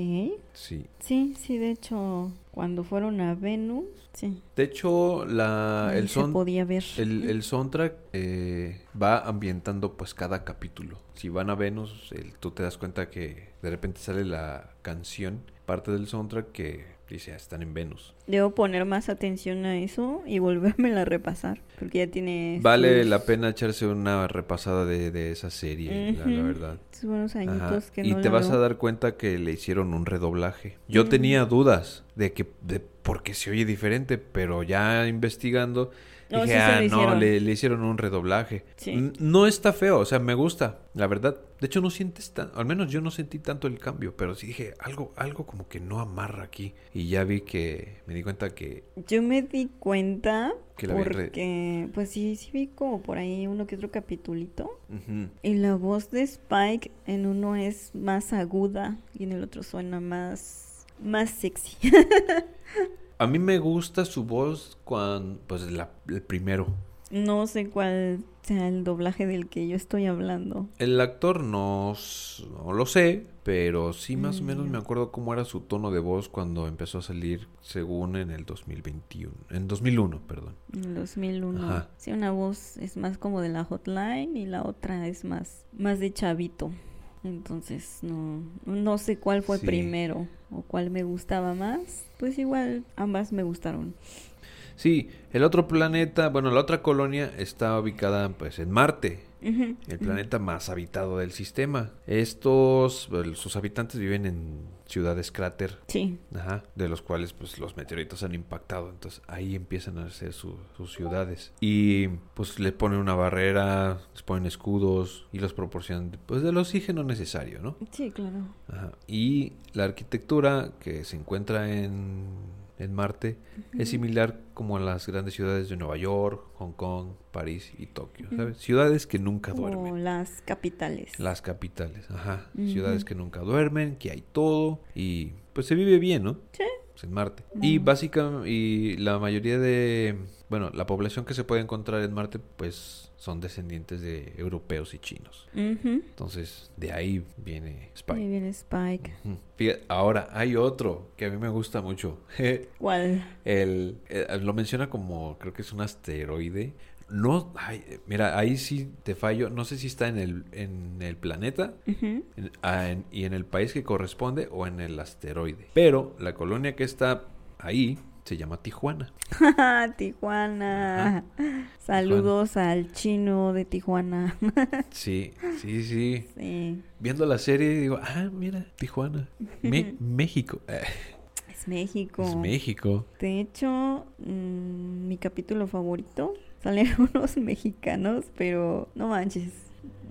Speaker 1: sí.
Speaker 2: Sí, sí, de hecho, cuando fueron a Venus, sí.
Speaker 1: De hecho, la,
Speaker 2: ahí
Speaker 1: Ah, el,
Speaker 2: se
Speaker 1: son,
Speaker 2: podía ver.
Speaker 1: el, el soundtrack eh, va ambientando pues cada capítulo. Si van a Venus, el- tú te das cuenta que de repente sale la canción, parte del soundtrack que dice, "Ah, están en Venus.
Speaker 2: Debo poner más atención a eso y volvérmela a repasar, porque ya tiene...
Speaker 1: Vale
Speaker 2: sus-
Speaker 1: la pena echarse una repasada de, de esa serie, la- la
Speaker 2: Ujú.
Speaker 1: verdad.
Speaker 2: sus buenos
Speaker 1: Ajá,
Speaker 2: añitos que
Speaker 1: y
Speaker 2: no
Speaker 1: te
Speaker 2: la
Speaker 1: vas a
Speaker 2: veo.
Speaker 1: dar cuenta que le hicieron un redoblaje. Yo
Speaker 2: Mm.
Speaker 1: tenía dudas de que de porque se oye diferente, pero ya investigando
Speaker 2: No,
Speaker 1: dije,
Speaker 2: Oh, sí se lo
Speaker 1: ah, no,
Speaker 2: hicieron".
Speaker 1: le, le hicieron un redoblaje.
Speaker 2: Sí.
Speaker 1: N- No está feo, o sea, me gusta, la verdad. De hecho, no sientes tan, al menos yo no sentí tanto el cambio, pero sí dije, algo, algo como que no amarra aquí. Y ya vi que, me di cuenta que
Speaker 2: Yo me di cuenta
Speaker 1: Que la vi re-
Speaker 2: porque, pues sí, sí vi como por ahí uno que otro capitulito.
Speaker 1: ujú,
Speaker 2: Y la voz de Spike en uno es más aguda y en el otro suena más, más sexy.
Speaker 1: a mí me gusta su voz cuando, pues la- el primero.
Speaker 2: no sé cuál sea el doblaje del que yo estoy hablando.
Speaker 1: El actor no, s- no lo sé, pero sí más o menos
Speaker 2: Mm.
Speaker 1: me acuerdo cómo era su tono de voz cuando empezó a salir, según en el 2021, en 2001, perdón.
Speaker 2: En el 2001.
Speaker 1: Ajá.
Speaker 2: Sí, una voz es más como de la hotline y la otra es más, más de chavito. Entonces, no, no sé cuál fue
Speaker 1: Sí.
Speaker 2: primero o cuál me gustaba más. Pues igual ambas me gustaron.
Speaker 1: Sí, el otro planeta, bueno, la otra colonia está ubicada pues en Marte,
Speaker 2: Ujú.
Speaker 1: el planeta más habitado del sistema. Estos, eh, sus habitantes viven en ciudades cráter,
Speaker 2: Sí.
Speaker 1: ajá, de los cuales pues los meteoritos han impactado. Entonces ahí empiezan a hacer su- sus ciudades. Y pues le ponen una barrera, les ponen escudos y los proporcionan pues del oxígeno necesario, ¿no?
Speaker 2: Sí, claro.
Speaker 1: Ajá. Y la arquitectura que se encuentra en, en Marte es similar como a las grandes ciudades de Nueva York, Hong Kong, París y Tokio.
Speaker 2: Ujú.
Speaker 1: ¿sabes? Ciudades que nunca
Speaker 2: Como
Speaker 1: duermen.
Speaker 2: las capitales.
Speaker 1: Las capitales, ajá.
Speaker 2: Ujú.
Speaker 1: Ciudades que nunca duermen, que hay todo y pues se vive bien, ¿no?
Speaker 2: Sí.
Speaker 1: Pues, en Marte. Y
Speaker 2: Mm.
Speaker 1: básicamente, y la mayoría de, bueno, la población que se puede encontrar en Marte pues son descendientes de europeos y chinos.
Speaker 2: Ujú.
Speaker 1: Entonces, de ahí viene Spike.
Speaker 2: Ahí viene Spike.
Speaker 1: Ujú. Fija- Ahora, hay otro que a mí me gusta mucho.
Speaker 2: ¿Cuál?
Speaker 1: El, eh, lo menciona como, creo que es un asteroide. No, ay, eh, mira, ahí sí te fallo. No sé si está en el, en el planeta
Speaker 2: Ujú.
Speaker 1: en- ah, en- y en el país que corresponde o en el asteroide. Pero la colonia que está ahí se llama Tijuana.
Speaker 2: Tijuana. Saludos al chino de Tijuana.
Speaker 1: Sí, sí, sí.
Speaker 2: sí.
Speaker 1: Viendo la serie digo, ah, mira, Tijuana. Me- México. Eh,
Speaker 2: Es México.
Speaker 1: es México.
Speaker 2: De hecho, mm, mi capítulo favorito salen unos mexicanos, pero no manches.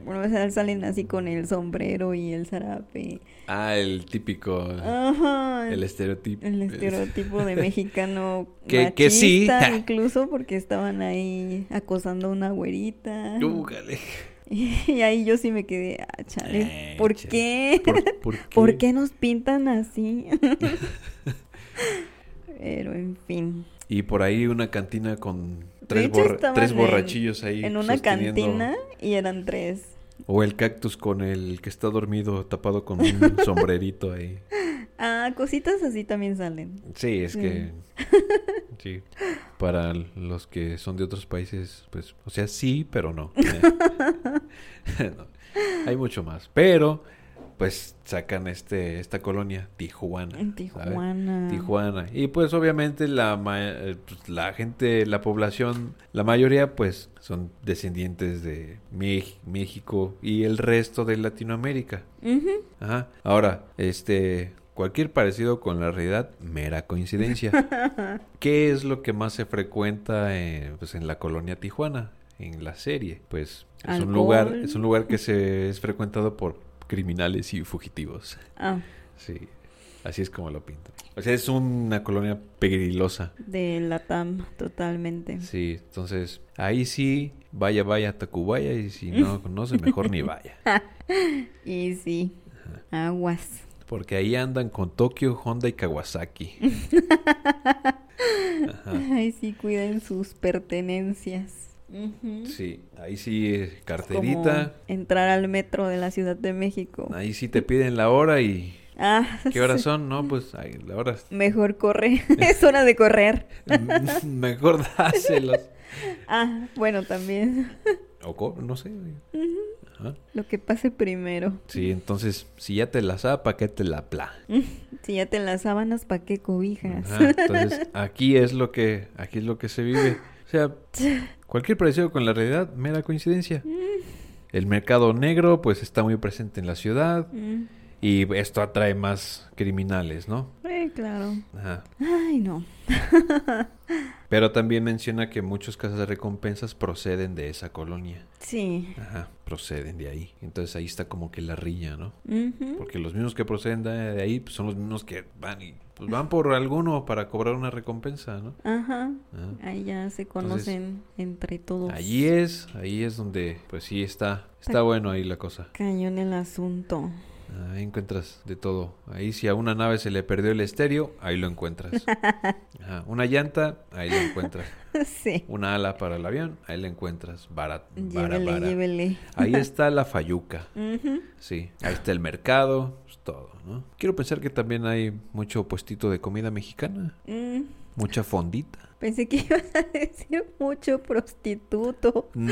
Speaker 2: Bueno, o sea, salen así con el sombrero y el zarape.
Speaker 1: Ah, el típico.
Speaker 2: Ajá.
Speaker 1: Ah, El estereotipo.
Speaker 2: Ah, El estereotipo de mexicano
Speaker 1: Que- que sí.
Speaker 2: machista, incluso porque estaban ahí acosando a una güerita.
Speaker 1: Úgale.
Speaker 2: Y ahí yo sí me quedé, ah, chale,
Speaker 1: Eh,
Speaker 2: ¿por
Speaker 1: chale.
Speaker 2: qué?
Speaker 1: ¿Por, por qué?
Speaker 2: ¿Por qué nos pintan así? Pero en fin.
Speaker 1: Y por ahí una cantina con
Speaker 2: De
Speaker 1: tres,
Speaker 2: hecho,
Speaker 1: borra-
Speaker 2: estaban
Speaker 1: tres
Speaker 2: en-
Speaker 1: borrachillos ahí.
Speaker 2: en una
Speaker 1: pues, sosteniendo-
Speaker 2: cantina y eran tres.
Speaker 1: O el cactus con el que está dormido tapado con un sombrerito ahí.
Speaker 2: Ah, cositas así también salen.
Speaker 1: Sí, es que... Sí. Para los que son de otros países, pues, o sea, sí, pero no. Eh, No. Hay mucho más. Pero, pues, sacan este esta colonia, Tijuana.
Speaker 2: En
Speaker 1: ¿sabes?
Speaker 2: Tijuana.
Speaker 1: Tijuana. Y pues obviamente la, ma- eh, pues, la gente, la población, la mayoría pues son descendientes de Mex- México y el resto de Latinoamérica.
Speaker 2: Ujú.
Speaker 1: Ajá. Ahora, este, cualquier parecido con la realidad, mera coincidencia. ¿Qué es lo que más se frecuenta eh, pues, en la colonia Tijuana? En la serie, pues es un
Speaker 2: Alcohol.
Speaker 1: lugar, es un lugar que se es frecuentado por criminales y fugitivos.
Speaker 2: Ah,
Speaker 1: Sí, así es como lo pintan. O sea, es una colonia pegrilosa.
Speaker 2: de la TAM, totalmente.
Speaker 1: Sí, entonces ahí sí, vaya, vaya a Tacubaya y si no conoce, mejor ni vaya.
Speaker 2: Y sí, aguas.
Speaker 1: Porque ahí andan con Tokio, Honda y Kawasaki. Ah.
Speaker 2: Ay, sí, cuiden sus pertenencias. Ujú.
Speaker 1: Sí, ahí sí, eh, carterita.
Speaker 2: Como entrar al metro de la Ciudad de México.
Speaker 1: Ahí sí te piden la hora y...
Speaker 2: Ah,
Speaker 1: ¿Qué horas son? No, pues ay, la hora...
Speaker 2: Mejor corre, es hora de correr.
Speaker 1: Mejor dáselos.
Speaker 2: Ah, bueno, también
Speaker 1: O co- no sé. Ajá.
Speaker 2: lo que pase primero.
Speaker 1: Sí, entonces, si ya te la sabe, ¿para qué te la pla?
Speaker 2: Si ya te las sábanas, ¿para qué cobijas?
Speaker 1: Ajá, entonces, aquí es lo que, aquí es lo que se vive. O sea, cualquier parecido con la realidad, mera coincidencia. El mercado negro, pues, está muy presente en la ciudad
Speaker 2: Mm,
Speaker 1: y esto atrae más criminales, ¿no?
Speaker 2: eh, claro.
Speaker 1: Ajá.
Speaker 2: Ay, no.
Speaker 1: Pero también menciona que muchos casas de recompensas proceden de esa colonia.
Speaker 2: Sí.
Speaker 1: Ajá, proceden de ahí. Entonces ahí está como que la riña, ¿no?
Speaker 2: Ujú.
Speaker 1: Porque los mismos que proceden de de ahí pues, son los mismos que van y pues, van por alguno para cobrar una recompensa, ¿no?
Speaker 2: Ajá.
Speaker 1: Ajá.
Speaker 2: Ahí ya se conocen entre todos.
Speaker 1: Allí es, ahí es donde, pues sí, está, está bueno ahí la cosa.
Speaker 2: Cañón el asunto.
Speaker 1: Ahí encuentras de todo. Ahí si a una nave se le perdió el estéreo, ahí lo encuentras. Ajá, Una llanta, ahí lo encuentras.
Speaker 2: sí.
Speaker 1: Una ala para el avión, ahí la encuentras. Barat, bara,
Speaker 2: Llévele,
Speaker 1: bara.
Speaker 2: llévele.
Speaker 1: Ahí está la fayuca.
Speaker 2: Ujú.
Speaker 1: Sí, ahí está el mercado, pues, todo, ¿no? Quiero pensar que también hay mucho puestito de comida mexicana,
Speaker 2: Mm,
Speaker 1: mucha fondita.
Speaker 2: Pensé que ibas a decir mucho prostituto.
Speaker 1: Mm,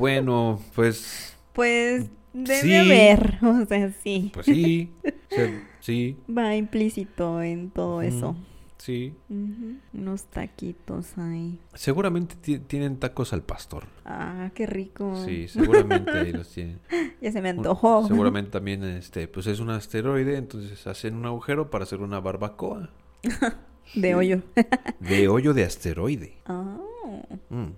Speaker 1: Bueno, pues,
Speaker 2: Pues debe
Speaker 1: Sí.
Speaker 2: haber, o sea, sí.
Speaker 1: pues sí, o sea, sí,
Speaker 2: Va implícito en todo
Speaker 1: Ujú.
Speaker 2: eso.
Speaker 1: Sí.
Speaker 2: Ujú, Unos taquitos ahí.
Speaker 1: Seguramente ti- tienen tacos al pastor.
Speaker 2: Ah, qué rico.
Speaker 1: Sí, seguramente ahí los tienen.
Speaker 2: Ya se me
Speaker 1: Un-
Speaker 2: antojó.
Speaker 1: Seguramente también, este, pues es un asteroide, entonces hacen un agujero para hacer una barbacoa.
Speaker 2: De hoyo.
Speaker 1: De hoyo de asteroide.
Speaker 2: Ah,
Speaker 1: Mm.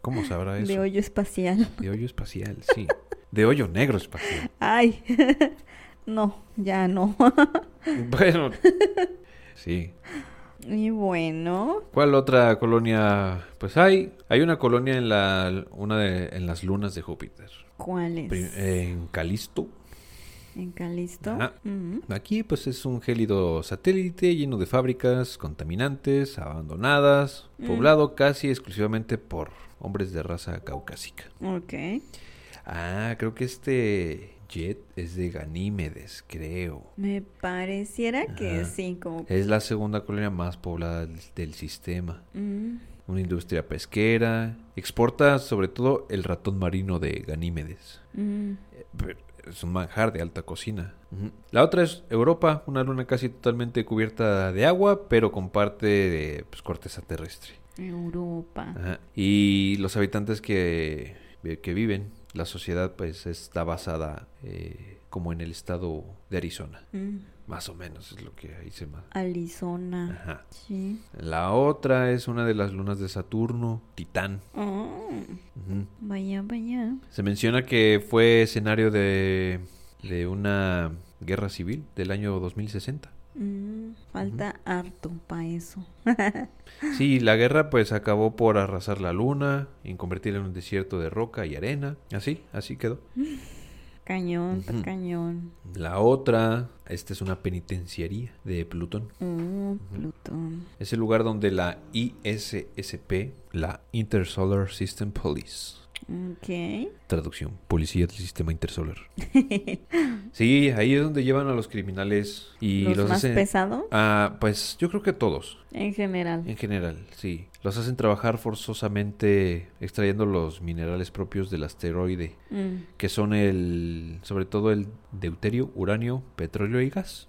Speaker 1: ¿Cómo sabrá eso?
Speaker 2: de hoyo espacial.
Speaker 1: De hoyo espacial, sí. De hoyo negro espacial.
Speaker 2: Ay. No, ya no.
Speaker 1: Bueno. Sí.
Speaker 2: Y bueno,
Speaker 1: ¿Cuál otra colonia? Pues hay. Hay una colonia en la una de, en las lunas de Júpiter.
Speaker 2: ¿cuál es?
Speaker 1: Pri- En Calisto.
Speaker 2: En Calisto.
Speaker 1: Ajá.
Speaker 2: Mm.
Speaker 1: Aquí pues es un gélido satélite lleno de fábricas contaminantes, abandonadas,
Speaker 2: Mm.
Speaker 1: poblado casi exclusivamente por hombres de raza caucásica.
Speaker 2: Ok.
Speaker 1: Ah, creo que este jet es de Ganímedes, creo.
Speaker 2: Me pareciera que
Speaker 1: Ajá. Eh.
Speaker 2: sí, como...
Speaker 1: Es la segunda colonia más poblada del, del sistema.
Speaker 2: Mm.
Speaker 1: Una industria pesquera. Exporta sobre todo el ratón marino de Ganímedes.
Speaker 2: Mm.
Speaker 1: Eh, pero Es un manjar de alta cocina. Ujú. La otra es Europa, una luna casi totalmente cubierta de agua, pero con parte de pues, corteza terrestre.
Speaker 2: Europa.
Speaker 1: Ajá. Y los habitantes que, eh, que viven, la sociedad pues está basada eh, como en el estado de Arizona.
Speaker 2: Mm.
Speaker 1: Más o menos es lo que ahí se ma-
Speaker 2: Arizona.
Speaker 1: Ajá.
Speaker 2: Sí.
Speaker 1: La otra es una de las lunas de Saturno, Titán.
Speaker 2: Oh,
Speaker 1: Ujú.
Speaker 2: vaya, vaya.
Speaker 1: Se menciona que fue escenario de, de una guerra civil del año 2060.
Speaker 2: Mm, falta harto para eso.
Speaker 1: Sí, la guerra pues acabó por arrasar la luna y convertirla en un desierto de roca y arena. Así, así quedó.
Speaker 2: Cañón, ta
Speaker 1: Ujú.
Speaker 2: cañón.
Speaker 1: La otra, esta es una penitenciaría de Plutón.
Speaker 2: Oh, Plutón.
Speaker 1: Es el lugar donde la ISSP, la Intersolar System Police,
Speaker 2: Ok.
Speaker 1: traducción, Policía del Sistema Intersolar. sí, ahí es donde llevan a los criminales y
Speaker 2: ¿Los,
Speaker 1: los,
Speaker 2: más
Speaker 1: hacen...
Speaker 2: pesados?
Speaker 1: Ah, pues yo creo que todos,
Speaker 2: En general.
Speaker 1: en general, sí. Los hacen trabajar forzosamente extrayendo los minerales propios del asteroide,
Speaker 2: Mm.
Speaker 1: que son el, sobre todo el deuterio, uranio, petróleo y gas.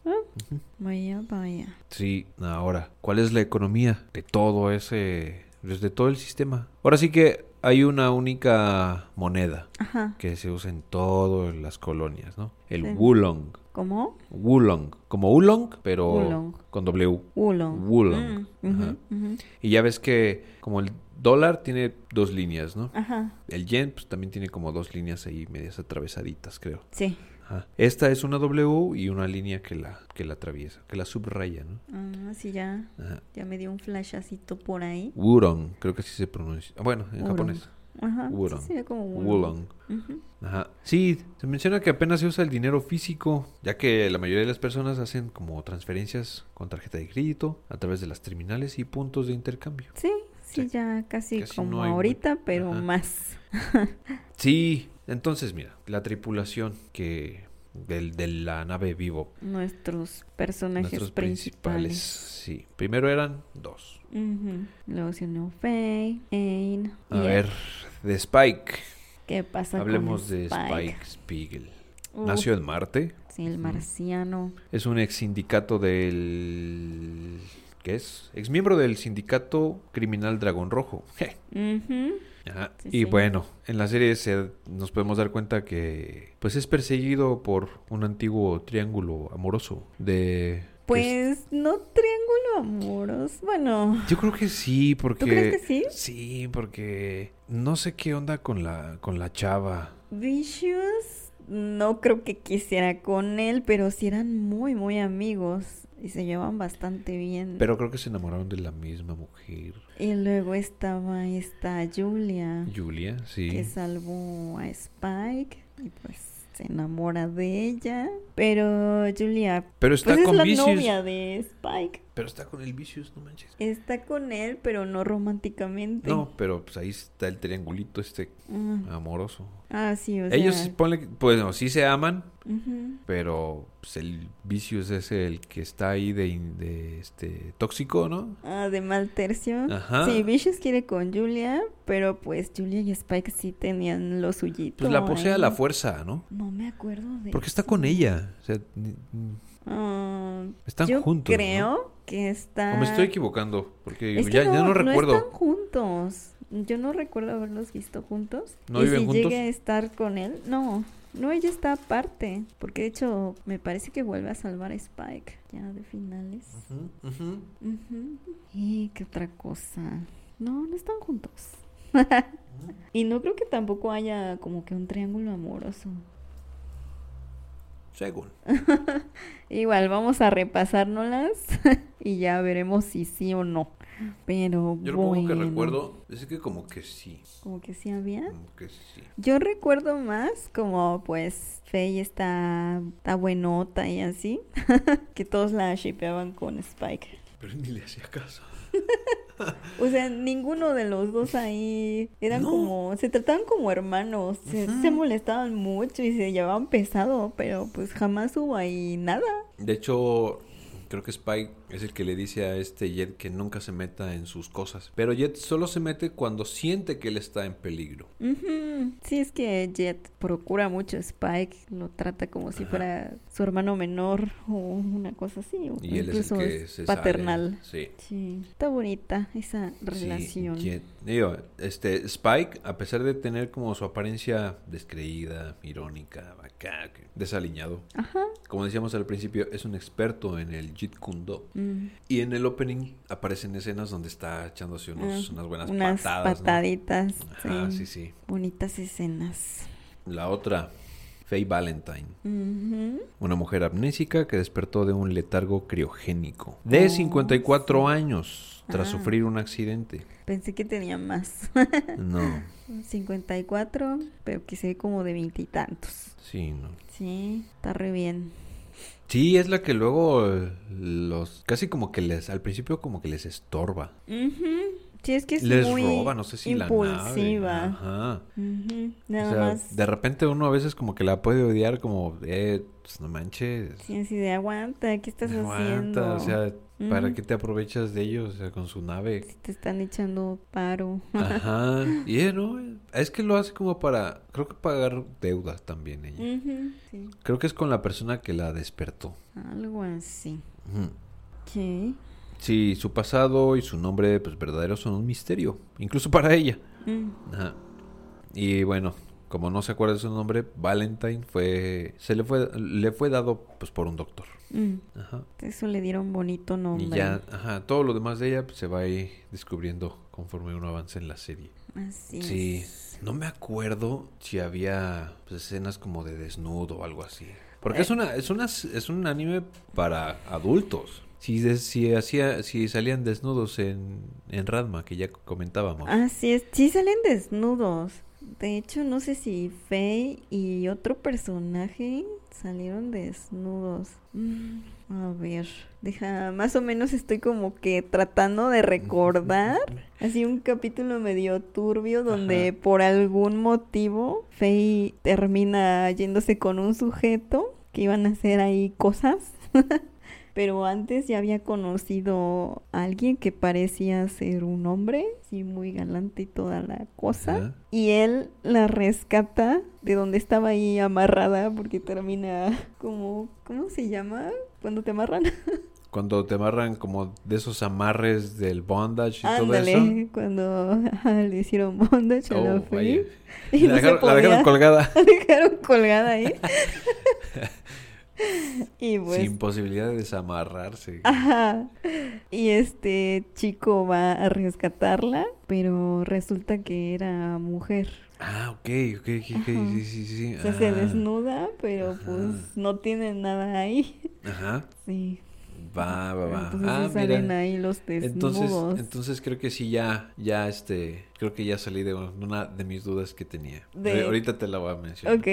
Speaker 2: Vaya, vaya.
Speaker 1: Sí, ahora, ¿cuál es la economía de todo ese, desde todo el sistema? Ahora sí que hay una única moneda
Speaker 2: Ajá.
Speaker 1: que se usa en todas las colonias, ¿no? El
Speaker 2: Sí.
Speaker 1: Wulong.
Speaker 2: ¿Cómo?
Speaker 1: Wulong. Como Wulong, pero
Speaker 2: Wulong.
Speaker 1: con W.
Speaker 2: Wulong.
Speaker 1: Wulong.
Speaker 2: Mm, ujú,
Speaker 1: Ajá.
Speaker 2: ujú.
Speaker 1: Y ya ves que como el dólar tiene dos líneas, ¿no?
Speaker 2: Ajá.
Speaker 1: El yen pues, también tiene como dos líneas ahí medias atravesaditas, creo.
Speaker 2: Sí.
Speaker 1: Ajá. Esta es una W y una línea que la, que la atraviesa, que la subraya, ¿no?
Speaker 2: Ah, sí, ya.
Speaker 1: Ajá.
Speaker 2: Ya me dio un flashacito por ahí.
Speaker 1: Wurong, creo que sí se pronuncia. Ah, Bueno, en
Speaker 2: Wurong.
Speaker 1: japonés.
Speaker 2: Ajá.
Speaker 1: Wulong.
Speaker 2: Sí, sería como Wulong.
Speaker 1: Wulong.
Speaker 2: Ujú.
Speaker 1: Ajá. Sí, se menciona que apenas se usa el dinero físico, ya que la mayoría de las personas hacen como transferencias con tarjeta de crédito a través de las terminales y puntos de intercambio.
Speaker 2: Sí, sí,
Speaker 1: Sí.
Speaker 2: ya casi,
Speaker 1: Casi
Speaker 2: como
Speaker 1: no hay mu-
Speaker 2: ahorita, pero
Speaker 1: Ajá.
Speaker 2: más.
Speaker 1: Sí, entonces mira, la tripulación que del, de la nave vivo.
Speaker 2: Nuestros personajes
Speaker 1: Nuestros principales.
Speaker 2: principales.
Speaker 1: Sí, primero eran dos.
Speaker 2: Ujú. Luego se unió Faye, Ain.
Speaker 1: A
Speaker 2: y
Speaker 1: ver, de Spike.
Speaker 2: ¿Qué pasa con
Speaker 1: Hablemos de
Speaker 2: Spike?
Speaker 1: Spike Spiegel.
Speaker 2: Uf,
Speaker 1: Nació en Marte,
Speaker 2: Sí, el marciano.
Speaker 1: Es un ex sindicato del. ¿Qué es? Ex miembro del sindicato criminal Dragón Rojo. Je.
Speaker 2: Ujú.
Speaker 1: Ajá.
Speaker 2: Sí,
Speaker 1: y
Speaker 2: sí.
Speaker 1: bueno, en la serie se- nos podemos dar cuenta que pues es perseguido por un antiguo triángulo amoroso de... que es-
Speaker 2: Pues no triángulo amoroso. Bueno,
Speaker 1: yo creo que sí, porque...
Speaker 2: crees que sí?
Speaker 1: Sí, porque no sé qué onda con la, con la chava.
Speaker 2: Vicious no creo que quisiera con él, pero sí eran muy, muy amigos y se llevan bastante bien.
Speaker 1: Pero creo que se enamoraron de la misma mujer.
Speaker 2: Y luego estaba esta Julia.
Speaker 1: Julia, sí.
Speaker 2: que salvó a Spike y pues se enamora de ella. Pero Julia,
Speaker 1: Pero
Speaker 2: pues
Speaker 1: está
Speaker 2: es
Speaker 1: con
Speaker 2: la
Speaker 1: Vicious.
Speaker 2: novia de Spike.
Speaker 1: Pero está con el Vicious, no manches.
Speaker 2: Está con él, pero no románticamente.
Speaker 1: No, pero pues ahí está el triangulito este
Speaker 2: Mm.
Speaker 1: amoroso.
Speaker 2: Ah, sí, o
Speaker 1: Ellos
Speaker 2: sea.
Speaker 1: ponle, que- bueno, sí se aman,
Speaker 2: ujú.
Speaker 1: pero pues, el Vicious es el que está ahí de, in- de, este tóxico, ¿no?
Speaker 2: Ah, de mal tercio.
Speaker 1: Ajá.
Speaker 2: Sí, Vicious quiere con Julia, pero pues Julia y Spike sí tenían lo suyito.
Speaker 1: Pues la posee a
Speaker 2: ahí.
Speaker 1: la fuerza, ¿no?
Speaker 2: No me acuerdo de
Speaker 1: Porque está con ella. O sea, ni- ni-
Speaker 2: Ah,
Speaker 1: están
Speaker 2: Yo
Speaker 1: juntos. ¿no?
Speaker 2: creo que está...
Speaker 1: O me estoy equivocando, porque
Speaker 2: Es que
Speaker 1: ya, ya no recuerdo.
Speaker 2: están juntos. Yo no recuerdo haberlos visto juntos.
Speaker 1: ¿No
Speaker 2: y
Speaker 1: viven
Speaker 2: si
Speaker 1: juntos?
Speaker 2: llegue a estar con él, no. No, ella está aparte. Porque de hecho, me parece que vuelve a salvar a Spike. Ya de finales.
Speaker 1: Ujú, ujú.
Speaker 2: Ujú. Y qué otra cosa. No, no están juntos.
Speaker 1: Ah.
Speaker 2: y no creo que tampoco haya como que un triángulo amoroso.
Speaker 1: Según.
Speaker 2: Igual vamos a repasárnoslas y ya veremos si sí o no. Pero
Speaker 1: Yo lo
Speaker 2: bueno,
Speaker 1: poco que recuerdo es que como que sí.
Speaker 2: como que sí había.
Speaker 1: Como que sí.
Speaker 2: Yo recuerdo más como pues Faye está, está buenota y así, que todos la shipeaban con Spike.
Speaker 1: Pero ni le hacía caso.
Speaker 2: O sea, ninguno de los dos ahí eran
Speaker 1: No.
Speaker 2: como, se trataban como hermanos, se,
Speaker 1: Ujú.
Speaker 2: se molestaban mucho y se llevaban pesado, pero pues jamás hubo ahí nada.
Speaker 1: De hecho, creo que Spike es el que le dice a este Jet que nunca se meta en sus cosas. Pero Jet solo se mete cuando siente que él está en peligro.
Speaker 2: Ujú. Sí, es que Jet procura mucho a Spike, lo trata como si
Speaker 1: Ajá.
Speaker 2: fuera su hermano menor o una cosa así, o
Speaker 1: Y él es
Speaker 2: incluso
Speaker 1: el que
Speaker 2: es
Speaker 1: se sale.
Speaker 2: paternal.
Speaker 1: Sí.
Speaker 2: Sí, está bonita esa
Speaker 1: Sí,
Speaker 2: relación.
Speaker 1: Jet. Digo, este, Spike, a pesar de tener como su apariencia descreída, irónica, acá, que- desaliñado,
Speaker 2: Ajá.
Speaker 1: como decíamos al principio, es un experto en el Jeet Kune Do.
Speaker 2: Mm.
Speaker 1: Y en el opening aparecen escenas donde está echándose unos-
Speaker 2: Ah,
Speaker 1: unas buenas
Speaker 2: Unas
Speaker 1: patadas. ¿no?
Speaker 2: pataditas.
Speaker 1: Ajá,
Speaker 2: sí.
Speaker 1: sí, sí.
Speaker 2: Bonitas escenas.
Speaker 1: La otra, Faye Valentine.
Speaker 2: Ujú.
Speaker 1: Una mujer amnésica que despertó de un letargo criogénico. De
Speaker 2: Oh,
Speaker 1: 54 años, tras
Speaker 2: Ah.
Speaker 1: sufrir un accidente.
Speaker 2: Pensé que tenía más.
Speaker 1: No,
Speaker 2: 54, pero que se ve como de veintitantos.
Speaker 1: sí, no.
Speaker 2: Sí, está re bien.
Speaker 1: Sí, es la que luego eh, los... Casi como que les... Al principio como que les estorba.
Speaker 2: Ujú. Sí, es que es
Speaker 1: les
Speaker 2: muy
Speaker 1: roba, no sé si
Speaker 2: impulsiva.
Speaker 1: la nave. Ajá.
Speaker 2: Ujú.
Speaker 1: O
Speaker 2: Nada
Speaker 1: sea,
Speaker 2: más.
Speaker 1: de repente uno a veces como que la puede odiar como... Eh, pues no manches.
Speaker 2: Sí, así de aguanta, ¿qué estás haciendo?
Speaker 1: aguanta, o sea... ¿Para
Speaker 2: Ujú.
Speaker 1: qué te aprovechas de ellos? O sea, con su nave.
Speaker 2: Si te están echando paro.
Speaker 1: Ajá. Y ella, no, es que lo hace como para, creo que pagar deudas también ella.
Speaker 2: Ujú, sí.
Speaker 1: Creo que es con la persona que la despertó.
Speaker 2: Algo así.
Speaker 1: Ujú.
Speaker 2: ¿Qué?
Speaker 1: Sí, su pasado y su nombre pues verdadero son un misterio, incluso para ella.
Speaker 2: Mm.
Speaker 1: Ajá. Y bueno, como no se acuerda de su nombre, Valentine fue se le fue le fue dado pues por un doctor.
Speaker 2: Mm.
Speaker 1: Ajá.
Speaker 2: Eso le dieron bonito nombre.
Speaker 1: Y ya, ajá, todo lo demás de ella pues, se va a ir descubriendo conforme uno avanza en la serie.
Speaker 2: Así
Speaker 1: Sí,
Speaker 2: es.
Speaker 1: no me acuerdo si había pues, escenas como de desnudo o algo así. Porque
Speaker 2: Eh.
Speaker 1: es una, es una, es un anime para adultos. Si, de- si hacía, si salían desnudos en, en Radma, que ya comentábamos.
Speaker 2: Así es. Sí salen desnudos. De hecho, no sé si Faye y otro personaje salieron desnudos. Mm, A ver, deja, más o menos estoy como que tratando de recordar. Así un capítulo medio turbio donde
Speaker 1: Ajá.
Speaker 2: por algún motivo Faye termina yéndose con un sujeto que iban a hacer ahí cosas. Pero antes ya había conocido a alguien que parecía ser un hombre, sí, muy galante y toda la cosa.
Speaker 1: Ajá.
Speaker 2: Y él la rescata de donde estaba ahí amarrada porque termina como, ¿cómo se llama? Cuando te amarran.
Speaker 1: Cuando te amarran como de esos amarres del bondage y todo eso.
Speaker 2: Ándale, cuando ajá, le hicieron bondage a la
Speaker 1: Oh, vaya.
Speaker 2: Faye. Y
Speaker 1: la,
Speaker 2: no se
Speaker 1: dejaron, la dejaron
Speaker 2: podía.
Speaker 1: colgada.
Speaker 2: La dejaron colgada ahí. y pues
Speaker 1: Sin posibilidad de desamarrarse.
Speaker 2: Ajá. Y este chico va a rescatarla, pero resulta que era mujer.
Speaker 1: Ah, ok, ok, ok, ok,
Speaker 2: Ajá.
Speaker 1: sí, sí, sí.
Speaker 2: O sea, se
Speaker 1: ah,
Speaker 2: desnuda, pero
Speaker 1: Ajá.
Speaker 2: pues no tiene nada ahí.
Speaker 1: Ajá.
Speaker 2: Sí.
Speaker 1: Va, va,
Speaker 2: Pero
Speaker 1: va.
Speaker 2: entonces
Speaker 1: ah,
Speaker 2: sí salen
Speaker 1: mira.
Speaker 2: ahí los
Speaker 1: Entonces,
Speaker 2: desnudos.
Speaker 1: entonces creo que sí ya, ya este, creo que ya salí de una de mis dudas que tenía.
Speaker 2: De-
Speaker 1: Ahorita te la voy a mencionar.
Speaker 2: Ok.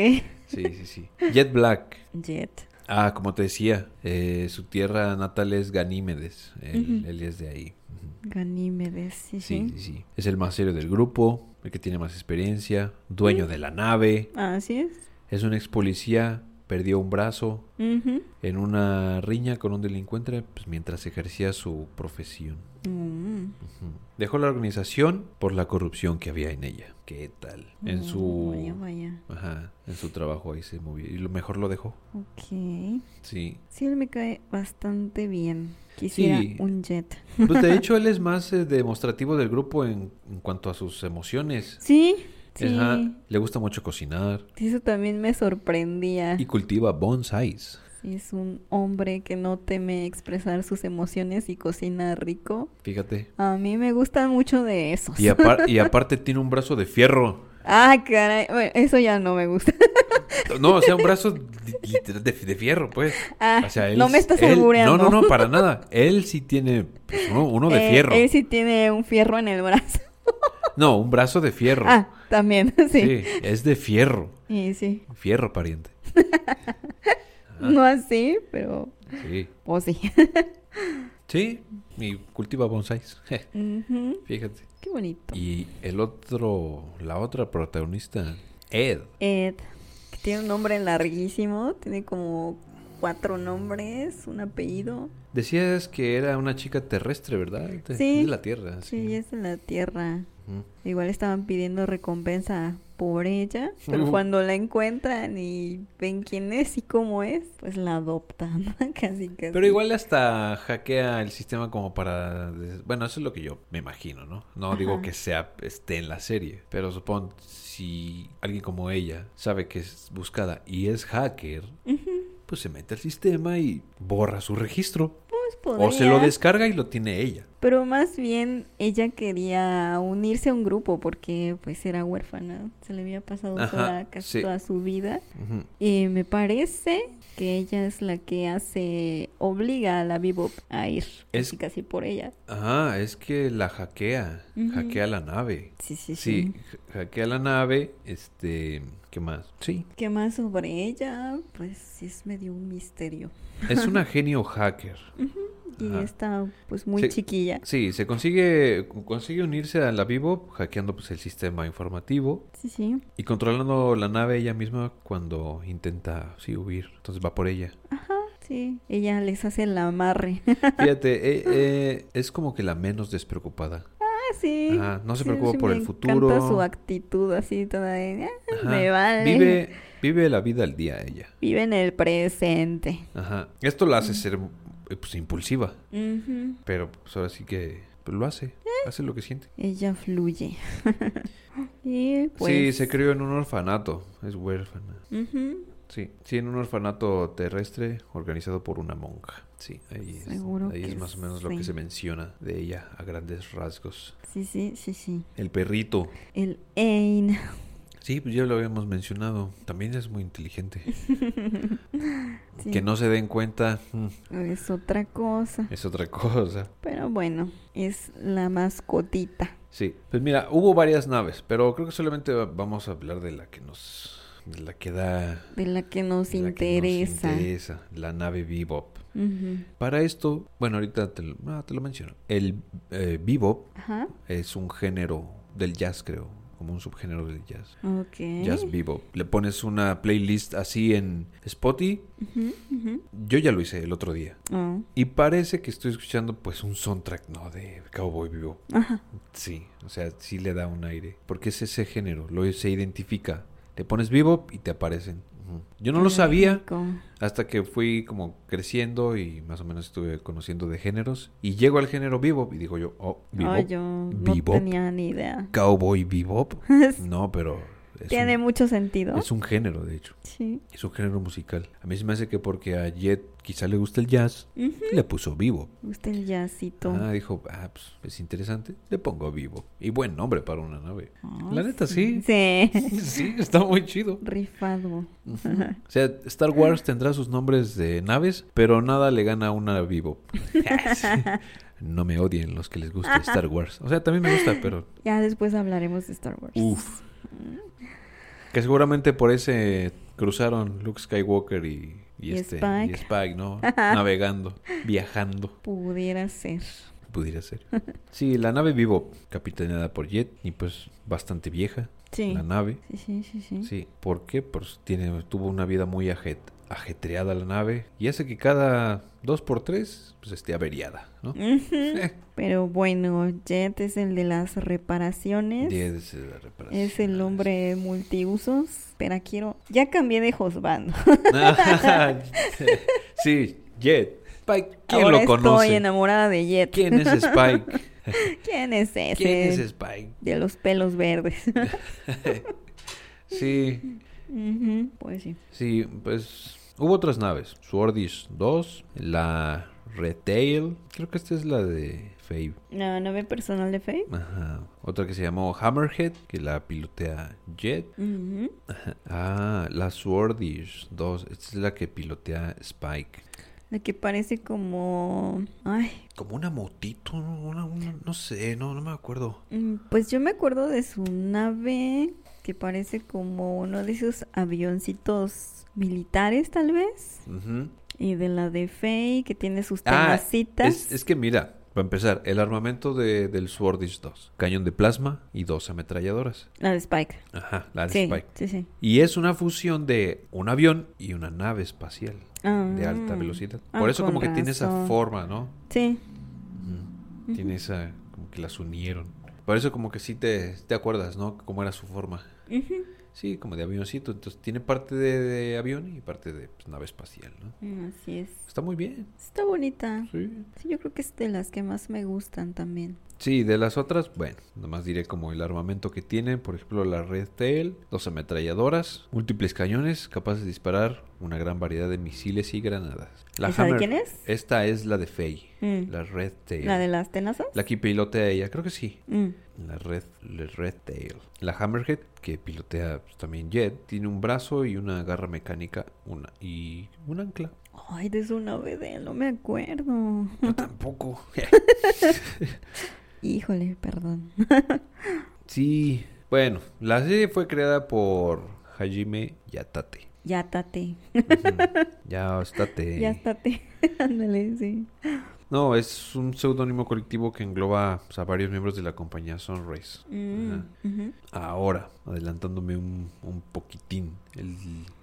Speaker 1: Sí, sí, sí. Jet Black.
Speaker 2: Jet.
Speaker 1: Ah, como te decía, eh, su tierra natal es Ganímedes. Él,
Speaker 2: Ujú.
Speaker 1: él es de ahí. Ujú.
Speaker 2: Ganímedes. Sí,
Speaker 1: Sí,
Speaker 2: sí.
Speaker 1: sí, sí. Es el más serio del grupo, el que tiene más experiencia, dueño de la nave,
Speaker 2: Así es.
Speaker 1: es un ex policía, perdió un brazo
Speaker 2: Ujú.
Speaker 1: en una riña con un delincuente pues, mientras ejercía su profesión.
Speaker 2: Mm.
Speaker 1: Dejó la organización por la corrupción que había en ella. ¿Qué tal? En
Speaker 2: Mm, Vaya,
Speaker 1: su...
Speaker 2: vaya.
Speaker 1: Ajá, en su trabajo ahí se movió. Y lo mejor lo dejó.
Speaker 2: Ok.
Speaker 1: Sí.
Speaker 2: Sí, él me cae bastante bien. Quisiera
Speaker 1: Sí.
Speaker 2: un jet.
Speaker 1: Pues de hecho, él es más eh, demostrativo del grupo en, en cuanto a sus emociones.
Speaker 2: Sí, sí.
Speaker 1: Ajá, Le gusta mucho cocinar.
Speaker 2: Eso también me sorprendía.
Speaker 1: Y cultiva bonsais.
Speaker 2: Es un hombre que no teme expresar sus emociones y cocina rico.
Speaker 1: Fíjate.
Speaker 2: A mí me gustan mucho de esos.
Speaker 1: Y, apar- y aparte tiene un brazo de fierro.
Speaker 2: Ah, caray. Bueno, eso ya no me gusta.
Speaker 1: No, o sea, un brazo li- literal de, de fierro, pues.
Speaker 2: Ah,
Speaker 1: O sea, él-
Speaker 2: no me estás
Speaker 1: él-
Speaker 2: albureando.
Speaker 1: No, no, no, para nada. Él sí tiene pues, uno, uno de
Speaker 2: Eh,
Speaker 1: fierro.
Speaker 2: Él sí tiene un fierro en el brazo.
Speaker 1: No, un brazo de fierro.
Speaker 2: Ah, también, sí.
Speaker 1: sí. es de fierro.
Speaker 2: Y sí.
Speaker 1: Fierro, pariente. Ah,
Speaker 2: No así, pero.
Speaker 1: Sí.
Speaker 2: O sí.
Speaker 1: Sí, y cultiva bonsáis.
Speaker 2: Ujú,
Speaker 1: Fíjate.
Speaker 2: Qué bonito.
Speaker 1: Y el otro, la otra protagonista, Ed.
Speaker 2: Ed, que tiene un nombre larguísimo. Tiene como cuatro nombres, un apellido.
Speaker 1: Decías que era una chica terrestre, ¿verdad? De-
Speaker 2: Sí.
Speaker 1: De la Tierra.
Speaker 2: Sí, es de la tierra.
Speaker 1: Ujú.
Speaker 2: Igual estaban pidiendo recompensa por ella, pero
Speaker 1: Ujú.
Speaker 2: cuando la encuentran y ven quién es y cómo es, pues la adoptan, casi casi.
Speaker 1: Pero igual hasta hackea el sistema como para... des- Bueno, eso es lo que yo me imagino, ¿no? No digo
Speaker 2: Ajá.
Speaker 1: que sea esté en la serie, pero supón si alguien como ella sabe que es buscada y es hacker,
Speaker 2: Ujú,
Speaker 1: pues se mete al sistema y borra su registro.
Speaker 2: Pues
Speaker 1: O se lo
Speaker 2: podría,
Speaker 1: descarga y lo tiene ella.
Speaker 2: Pero más bien ella quería unirse a un grupo porque pues era huérfana, se le había pasado
Speaker 1: Ajá,
Speaker 2: sola casi
Speaker 1: sí.
Speaker 2: toda su vida.
Speaker 1: Ujú.
Speaker 2: Y me parece que ella es la que hace, obliga a la Bebop a ir,
Speaker 1: Es-
Speaker 2: casi casi por ella.
Speaker 1: Ah, es que la hackea.
Speaker 2: Ujú.
Speaker 1: Hackea la nave.
Speaker 2: Sí,
Speaker 1: Sí,
Speaker 2: sí, sí.
Speaker 1: ha- hackea la nave. Este... ¿Qué más? Sí.
Speaker 2: ¿Qué más sobre ella? Pues sí es medio un misterio.
Speaker 1: Es una genio hacker.
Speaker 2: Y
Speaker 1: Ajá.
Speaker 2: está pues muy
Speaker 1: Sí.
Speaker 2: chiquilla.
Speaker 1: Sí, se consigue, consigue unirse a la Vivo hackeando pues, el sistema informativo
Speaker 2: Sí, sí.
Speaker 1: y controlando la nave ella misma cuando intenta sí, huir. Entonces va por ella.
Speaker 2: Sí. Ella les hace el amarre.
Speaker 1: Fíjate, eh, eh, es como que la menos despreocupada.
Speaker 2: Ah, sí.
Speaker 1: Ajá, no se
Speaker 2: Sí,
Speaker 1: preocupa
Speaker 2: sí,
Speaker 1: por
Speaker 2: me
Speaker 1: el
Speaker 2: encanta
Speaker 1: futuro.
Speaker 2: su actitud así toda de, "Ah,
Speaker 1: Ajá,
Speaker 2: me vale.
Speaker 1: Vive, vive la vida al día ella.
Speaker 2: Vive en el presente.
Speaker 1: Ajá. Esto
Speaker 2: Mm.
Speaker 1: la hace ser eh, pues, impulsiva,
Speaker 2: Ujú.
Speaker 1: pero pues, ahora sí que pues, lo hace, hace lo que siente.
Speaker 2: Ella fluye. y pues...
Speaker 1: Sí, se crió en un orfanato, es huérfana.
Speaker 2: ujú,
Speaker 1: Sí, sí, en un orfanato terrestre organizado por una monja. Sí, ahí es,
Speaker 2: Seguro
Speaker 1: ahí
Speaker 2: que
Speaker 1: es más o menos lo que
Speaker 2: sí.
Speaker 1: se menciona de ella a grandes rasgos.
Speaker 2: Sí, sí, sí, sí.
Speaker 1: El perrito.
Speaker 2: El Ain.
Speaker 1: Sí, pues ya lo habíamos mencionado. También es muy inteligente.
Speaker 2: Sí,
Speaker 1: Que no se den cuenta mm,
Speaker 2: Es otra cosa.
Speaker 1: es otra cosa.
Speaker 2: Pero bueno, es la mascotita.
Speaker 1: Sí, pues mira, hubo varias naves, pero creo que solamente va- vamos a hablar de la que nos... De la que da...
Speaker 2: De la que
Speaker 1: la
Speaker 2: nos
Speaker 1: que nos
Speaker 2: interesa.
Speaker 1: interesa, la nave Bebop.
Speaker 2: Ujú. Ajá.
Speaker 1: Para esto, bueno, ahorita te lo, ah, te lo menciono. El eh, Bebop es un género del jazz, creo, como un subgénero del jazz.
Speaker 2: Ok.
Speaker 1: Jazz bebop. Le pones una playlist así en Spotify.
Speaker 2: Ujú, ujú.
Speaker 1: Yo ya lo hice el otro día.
Speaker 2: Oh,
Speaker 1: Y parece que estoy escuchando pues un soundtrack, ¿no? De Cowboy Bebop.
Speaker 2: Ajá.
Speaker 1: Sí, o sea, sí le da un aire. Porque es ese género, lo se identifica. Le pones bebop y te aparecen. Ujú. Yo no lo
Speaker 2: qué
Speaker 1: sabía
Speaker 2: rico.
Speaker 1: hasta que fui como creciendo y más o menos estuve conociendo de géneros. Y llego al género bebop y digo yo, oh, bebop.
Speaker 2: Ay, yo no
Speaker 1: Bebop.
Speaker 2: tenía ni idea.
Speaker 1: Cowboy Bebop. No, pero es,
Speaker 2: Tiene
Speaker 1: un,
Speaker 2: mucho sentido.
Speaker 1: es un género, de hecho.
Speaker 2: Sí.
Speaker 1: Es un género musical. A mí se me hace que porque a Jet quizá le gusta el jazz,
Speaker 2: Ujú.
Speaker 1: le puso Bebop.
Speaker 2: Gusta el jazzito.
Speaker 1: Ah, dijo, ah, pues, es interesante, le pongo Bebop. Y buen nombre para una nave.
Speaker 2: Ah,
Speaker 1: La neta, sí.
Speaker 2: Sí.
Speaker 1: Sí, está muy chido.
Speaker 2: Rifado.
Speaker 1: O sea, Star Wars tendrá sus nombres de naves, pero nada le gana a una Bebop. no me odien los que les gusta Star Wars. O sea, también me gusta, pero
Speaker 2: Ya después hablaremos de Star Wars.
Speaker 1: Uf. Que seguramente por ese cruzaron Luke Skywalker y, y
Speaker 2: Y
Speaker 1: este
Speaker 2: Spike.
Speaker 1: y Spike, ¿no? Navegando, viajando,
Speaker 2: Pudiera ser.
Speaker 1: pudiera ser. Sí, la nave vivo, capitaneada por Jet, y pues bastante vieja
Speaker 2: Sí.
Speaker 1: la nave.
Speaker 2: Sí, sí, sí, sí.
Speaker 1: Sí, ¿por qué? Pues tiene, tuvo una vida muy ajet- ajetreada la nave y hace que cada dos por tres pues esté averiada, ¿no?
Speaker 2: Mm,
Speaker 1: Eh,
Speaker 2: Ujú. Pero bueno, Jet es el de las reparaciones.
Speaker 1: Y es la reparación.
Speaker 2: Es el hombre multiusos. Pero quiero. Ya cambié de Josbando.
Speaker 1: sí, Jet. Spike, ¿quién
Speaker 2: Ahora
Speaker 1: lo conoce?
Speaker 2: Estoy enamorada de Jet.
Speaker 1: ¿Quién es Spike?
Speaker 2: ¿Quién es ese?
Speaker 1: ¿Quién es Spike?
Speaker 2: De los pelos verdes.
Speaker 1: sí,
Speaker 2: Ujú, Pues sí.
Speaker 1: sí, pues hubo otras naves. Swordish 2, la Retail, creo que esta es la de Fabe.
Speaker 2: La nave personal de Faye.
Speaker 1: Ajá. Otra que se llamó Hammerhead, que la pilotea Jet.
Speaker 2: Ujú.
Speaker 1: Ah, la Swordish 2, esta es la que pilotea Spike.
Speaker 2: La que parece como. Ay.
Speaker 1: Como una motito, una- una- no sé, no, no me acuerdo.
Speaker 2: mm, Pues yo me acuerdo de su nave. Que parece como uno de esos avioncitos militares, tal vez.
Speaker 1: Ujú.
Speaker 2: Y de la de Faye, que tiene sus
Speaker 1: Ah,
Speaker 2: tenacitas.
Speaker 1: es, es que mira, para empezar, el armamento de- del Swordish 2, cañón de plasma y dos ametralladoras.
Speaker 2: La de Spike.
Speaker 1: Ajá, la de
Speaker 2: sí,
Speaker 1: Spike.
Speaker 2: sí, sí.
Speaker 1: Y es una fusión de un avión y una nave espacial de
Speaker 2: Ah.
Speaker 1: alta velocidad.
Speaker 2: Ah,
Speaker 1: Por eso
Speaker 2: con
Speaker 1: como que tiene esa
Speaker 2: razón.
Speaker 1: forma, ¿no?
Speaker 2: Sí.
Speaker 1: Ujú. Tiene esa, como que las unieron. Por eso como que sí te, te acuerdas, ¿no? Cómo era su forma.
Speaker 2: Ujú.
Speaker 1: Sí, como de avioncito. Entonces tiene parte de, de avión y parte de pues, nave espacial, ¿no?
Speaker 2: Mm, Así es.
Speaker 1: Está muy bien.
Speaker 2: Está bonita.
Speaker 1: Sí.
Speaker 2: Sí, yo creo que es de las que más me gustan también.
Speaker 1: Sí, de las otras, bueno, nomás diré como el armamento que tienen, por ejemplo, la Red Tail, dos ametralladoras, múltiples cañones capaces de disparar una gran variedad de misiles y granadas.
Speaker 2: ¿Esa de quién es?
Speaker 1: Esta es la de Faye,
Speaker 2: Mm.
Speaker 1: la Red Tail.
Speaker 2: ¿La de las tenazas?
Speaker 1: La que pilotea ella, creo que sí.
Speaker 2: Mm.
Speaker 1: La Red, la Red Tail. La Hammerhead, que pilotea pues, también Jet, tiene un brazo y una garra mecánica una y un ancla.
Speaker 2: Ay, de su nave de no me acuerdo.
Speaker 1: Yo tampoco.
Speaker 2: Híjole, perdón.
Speaker 1: sí, bueno, la serie fue creada por Hajime Yatate.
Speaker 2: Ya tate.
Speaker 1: Ya estate.
Speaker 2: Ya tate. Ándale, sí.
Speaker 1: No, es un seudónimo colectivo que engloba pues, a varios miembros de la compañía Sunrise.
Speaker 2: Mm,
Speaker 1: Ajá.
Speaker 2: ujú.
Speaker 1: Ahora, adelantándome un, un poquitín, el-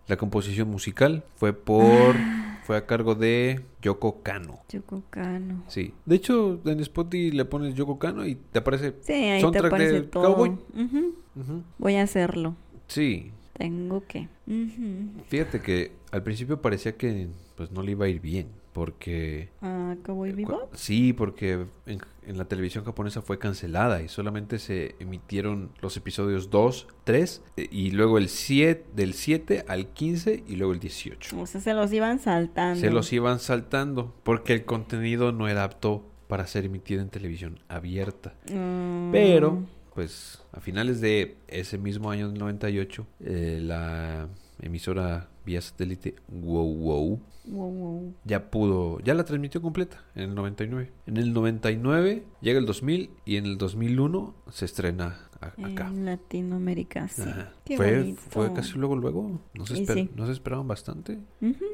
Speaker 1: la composición musical fue por fue a cargo de Yoko Kano.
Speaker 2: Yoko Kano.
Speaker 1: Sí. De hecho, en Spotify le pones Yoko Kano y te aparece.
Speaker 2: Sí, ahí te
Speaker 1: Soundtrack
Speaker 2: aparece
Speaker 1: de
Speaker 2: todo.
Speaker 1: Cowboy.
Speaker 2: Ujú.
Speaker 1: Ujú.
Speaker 2: Voy a hacerlo.
Speaker 1: Sí.
Speaker 2: Tengo que. Ujú.
Speaker 1: Fíjate que al principio parecía que pues no le iba a ir bien porque
Speaker 2: Ah, Cowboy Bebop.
Speaker 1: Cu- Sí, porque en, en la televisión japonesa fue cancelada y solamente se emitieron los episodios 2, 3 eh, y luego el 7, del 7 al 15 y luego el 18.
Speaker 2: O sea, se los iban saltando.
Speaker 1: Se los iban saltando porque el contenido no era apto para ser emitido en televisión abierta.
Speaker 2: Mm.
Speaker 1: Pero, pues a finales de ese mismo año del 98, eh, la emisora vía satélite Wow Wow
Speaker 2: Wow, wow.
Speaker 1: ya pudo, ya la transmitió completa en el 99. En el 99 llega el 2000 y en el 2001 se estrena a- acá.
Speaker 2: En Latinoamérica, Eh, sí.
Speaker 1: Ajá.
Speaker 2: Qué
Speaker 1: Fue,
Speaker 2: bonito.
Speaker 1: fue casi luego, luego. No se,
Speaker 2: Y
Speaker 1: esper-
Speaker 2: sí.
Speaker 1: no se esperaban bastante,
Speaker 2: Ujú.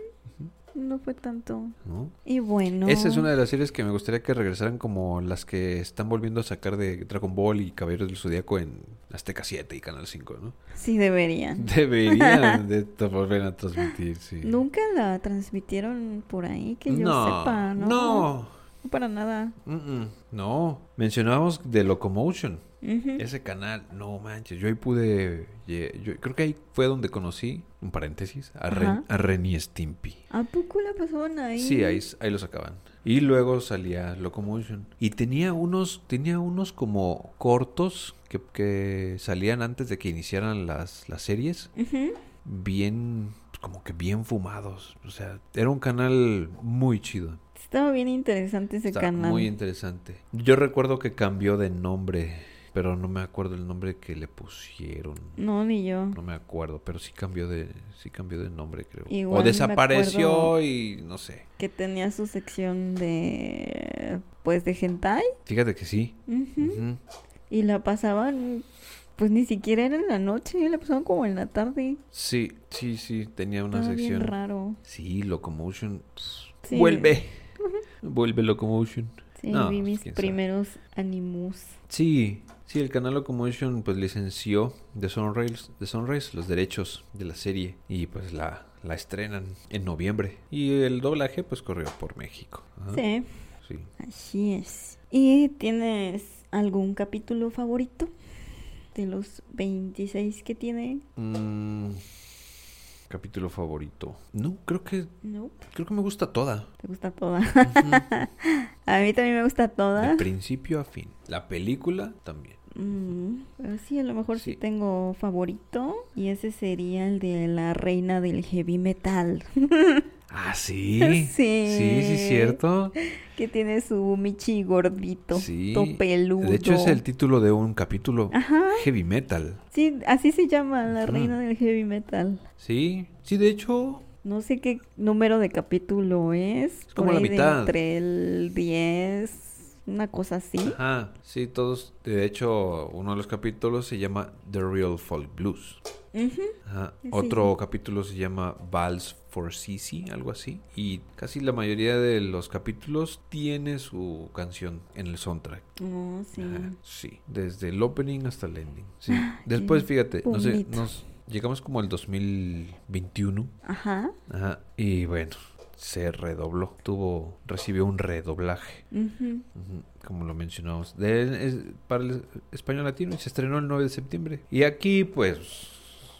Speaker 2: No fue tanto.
Speaker 1: ¿no?
Speaker 2: Y bueno.
Speaker 1: Esa es una de las series que me gustaría que regresaran como las que están volviendo a sacar de Dragon Ball y Caballeros del Zodíaco en Azteca 7 y Canal 5, ¿no?
Speaker 2: Sí, deberían.
Speaker 1: Deberían de t- volver a transmitir, sí.
Speaker 2: Nunca la transmitieron por ahí, que yo sepa, ¿no?
Speaker 1: No,
Speaker 2: No para nada.
Speaker 1: mm, mm, no. Mencionábamos de Locomotion.
Speaker 2: Ujú.
Speaker 1: Ese canal, no manches, yo ahí pude, ye- yo creo que ahí fue donde conocí, un paréntesis, a, Ren-
Speaker 2: Ajá.
Speaker 1: a Ren y Stimpy.
Speaker 2: ¿A poco la pasaban ahí?
Speaker 1: Sí, ahí, s- ahí lo sacaban. Y luego salía Locomotion. Y tenía unos, tenía unos como cortos que, que salían antes de que iniciaran las, las series,
Speaker 2: Ujú.
Speaker 1: bien, pues, como que bien fumados. O sea, era un canal muy chido.
Speaker 2: Estaba bien interesante ese
Speaker 1: Está
Speaker 2: canal.
Speaker 1: muy interesante. Yo recuerdo que cambió de nombre, pero no me acuerdo el nombre que le pusieron.
Speaker 2: No, ni yo.
Speaker 1: No me acuerdo, pero sí cambió de, sí cambió de nombre, creo.
Speaker 2: Igual
Speaker 1: o
Speaker 2: me
Speaker 1: desapareció
Speaker 2: acuerdo-
Speaker 1: y no sé.
Speaker 2: Que tenía su sección de. Pues de hentai.
Speaker 1: Fíjate que sí.
Speaker 2: Ujú.
Speaker 1: Ujú.
Speaker 2: Y la pasaban, pues ni siquiera era en la noche, la pasaban como en la tarde.
Speaker 1: Sí, sí, sí, tenía una
Speaker 2: Estaba bien
Speaker 1: sección.
Speaker 2: raro.
Speaker 1: Sí, Locomotion. pss,
Speaker 2: Sí.
Speaker 1: Vuelve. Vuelve Locomotion.
Speaker 2: Sí,
Speaker 1: No,
Speaker 2: vi
Speaker 1: pues,
Speaker 2: mis
Speaker 1: quién sabe.
Speaker 2: primeros animus.
Speaker 1: Sí, Sí, el canal Locomotion pues licenció de Sunrise, de Sunrise los derechos de la serie y pues la, la estrenan en noviembre. Y el doblaje pues corrió por México. Ajá.
Speaker 2: Sí,
Speaker 1: Sí.
Speaker 2: así es. ¿Y tienes algún capítulo favorito? De los 26 que tiene,
Speaker 1: Mm, capítulo favorito. No, creo que
Speaker 2: ¿no?
Speaker 1: creo que me gusta toda.
Speaker 2: ¿Te gusta toda? a mí también me gusta toda.
Speaker 1: De principio a fin. La película también.
Speaker 2: Mm, pero sí, a lo mejor sí.
Speaker 1: Sí.
Speaker 2: tengo favorito. Y ese sería el de la reina del heavy metal.
Speaker 1: Ah, sí.
Speaker 2: Sí.
Speaker 1: Sí, sí, cierto.
Speaker 2: que tiene su Michi gordito.
Speaker 1: Sí.
Speaker 2: todo peludo.
Speaker 1: De hecho, es el título de un capítulo.
Speaker 2: Ajá.
Speaker 1: Heavy metal.
Speaker 2: Sí, así se llama la
Speaker 1: Ujú.
Speaker 2: reina del heavy metal.
Speaker 1: Sí. Sí, de hecho.
Speaker 2: No sé qué número de capítulo es.
Speaker 1: Es como la
Speaker 2: de
Speaker 1: mitad.
Speaker 2: entre el 10, una cosa así.
Speaker 1: Ajá. Sí, todos. De hecho, uno de los capítulos se llama The Real Folk Blues.
Speaker 2: Ujú.
Speaker 1: Ajá.
Speaker 2: Sí.
Speaker 1: Otro capítulo se llama Vals for Sisi, algo así. Y casi la mayoría de los capítulos tiene su canción en el soundtrack.
Speaker 2: Oh, sí. Ah,
Speaker 1: Ajá, sí, desde el opening hasta el ending. Sí. Después, fíjate, no sé,
Speaker 2: bonito.
Speaker 1: nos llegamos como al 2021.
Speaker 2: Ajá.
Speaker 1: Ajá, y bueno, se redobló. Tuvo, recibió un redoblaje.
Speaker 2: Ujú.
Speaker 1: ujú, Como lo mencionamos, de- es- para el español latino y se estrenó el 9 de septiembre. Y aquí, pues,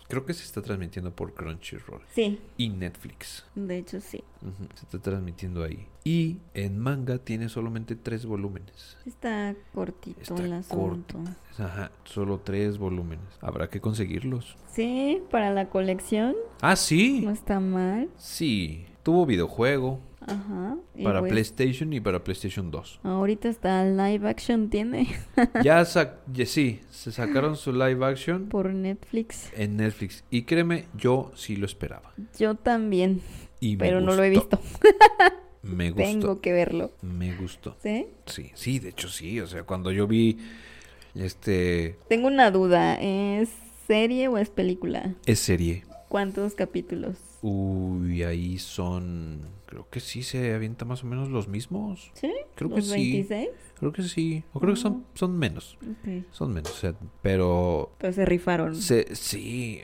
Speaker 1: creo que se está transmitiendo por Crunchyroll
Speaker 2: Sí,
Speaker 1: y Netflix.
Speaker 2: de hecho sí.
Speaker 1: ujú, Se está transmitiendo ahí. Y en manga tiene solamente tres volúmenes.
Speaker 2: Está cortito
Speaker 1: Está
Speaker 2: el
Speaker 1: corto.
Speaker 2: asunto.
Speaker 1: Ajá, solo tres volúmenes. Habrá que conseguirlos.
Speaker 2: Sí, para la colección
Speaker 1: Ah, sí.
Speaker 2: no está mal.
Speaker 1: Sí, tuvo videojuego
Speaker 2: Ajá. y
Speaker 1: para
Speaker 2: pues,
Speaker 1: PlayStation y para PlayStation 2.
Speaker 2: Ahorita está live action tiene
Speaker 1: Ya, sa- ya sí, se sacaron su live action
Speaker 2: por Netflix.
Speaker 1: en Netflix. Y créeme, yo sí lo esperaba.
Speaker 2: Yo también,
Speaker 1: Y me
Speaker 2: pero no lo he
Speaker 1: gustó,
Speaker 2: visto.
Speaker 1: Me gustó.
Speaker 2: Tengo que verlo.
Speaker 1: Me gustó.
Speaker 2: ¿Sí?
Speaker 1: Sí, sí, de hecho sí. O sea, cuando yo vi este...
Speaker 2: Tengo una duda, ¿es serie o es película?
Speaker 1: Es serie.
Speaker 2: ¿Cuántos capítulos?
Speaker 1: Uy, ahí son... Creo que sí se avienta más o menos los mismos.
Speaker 2: ¿Sí?
Speaker 1: Creo que
Speaker 2: ¿Los
Speaker 1: sí.
Speaker 2: 26?
Speaker 1: Creo que sí. O creo que son, son menos.
Speaker 2: Ok.
Speaker 1: Son menos. o sea, pero...
Speaker 2: Pero se rifaron.
Speaker 1: se- sí.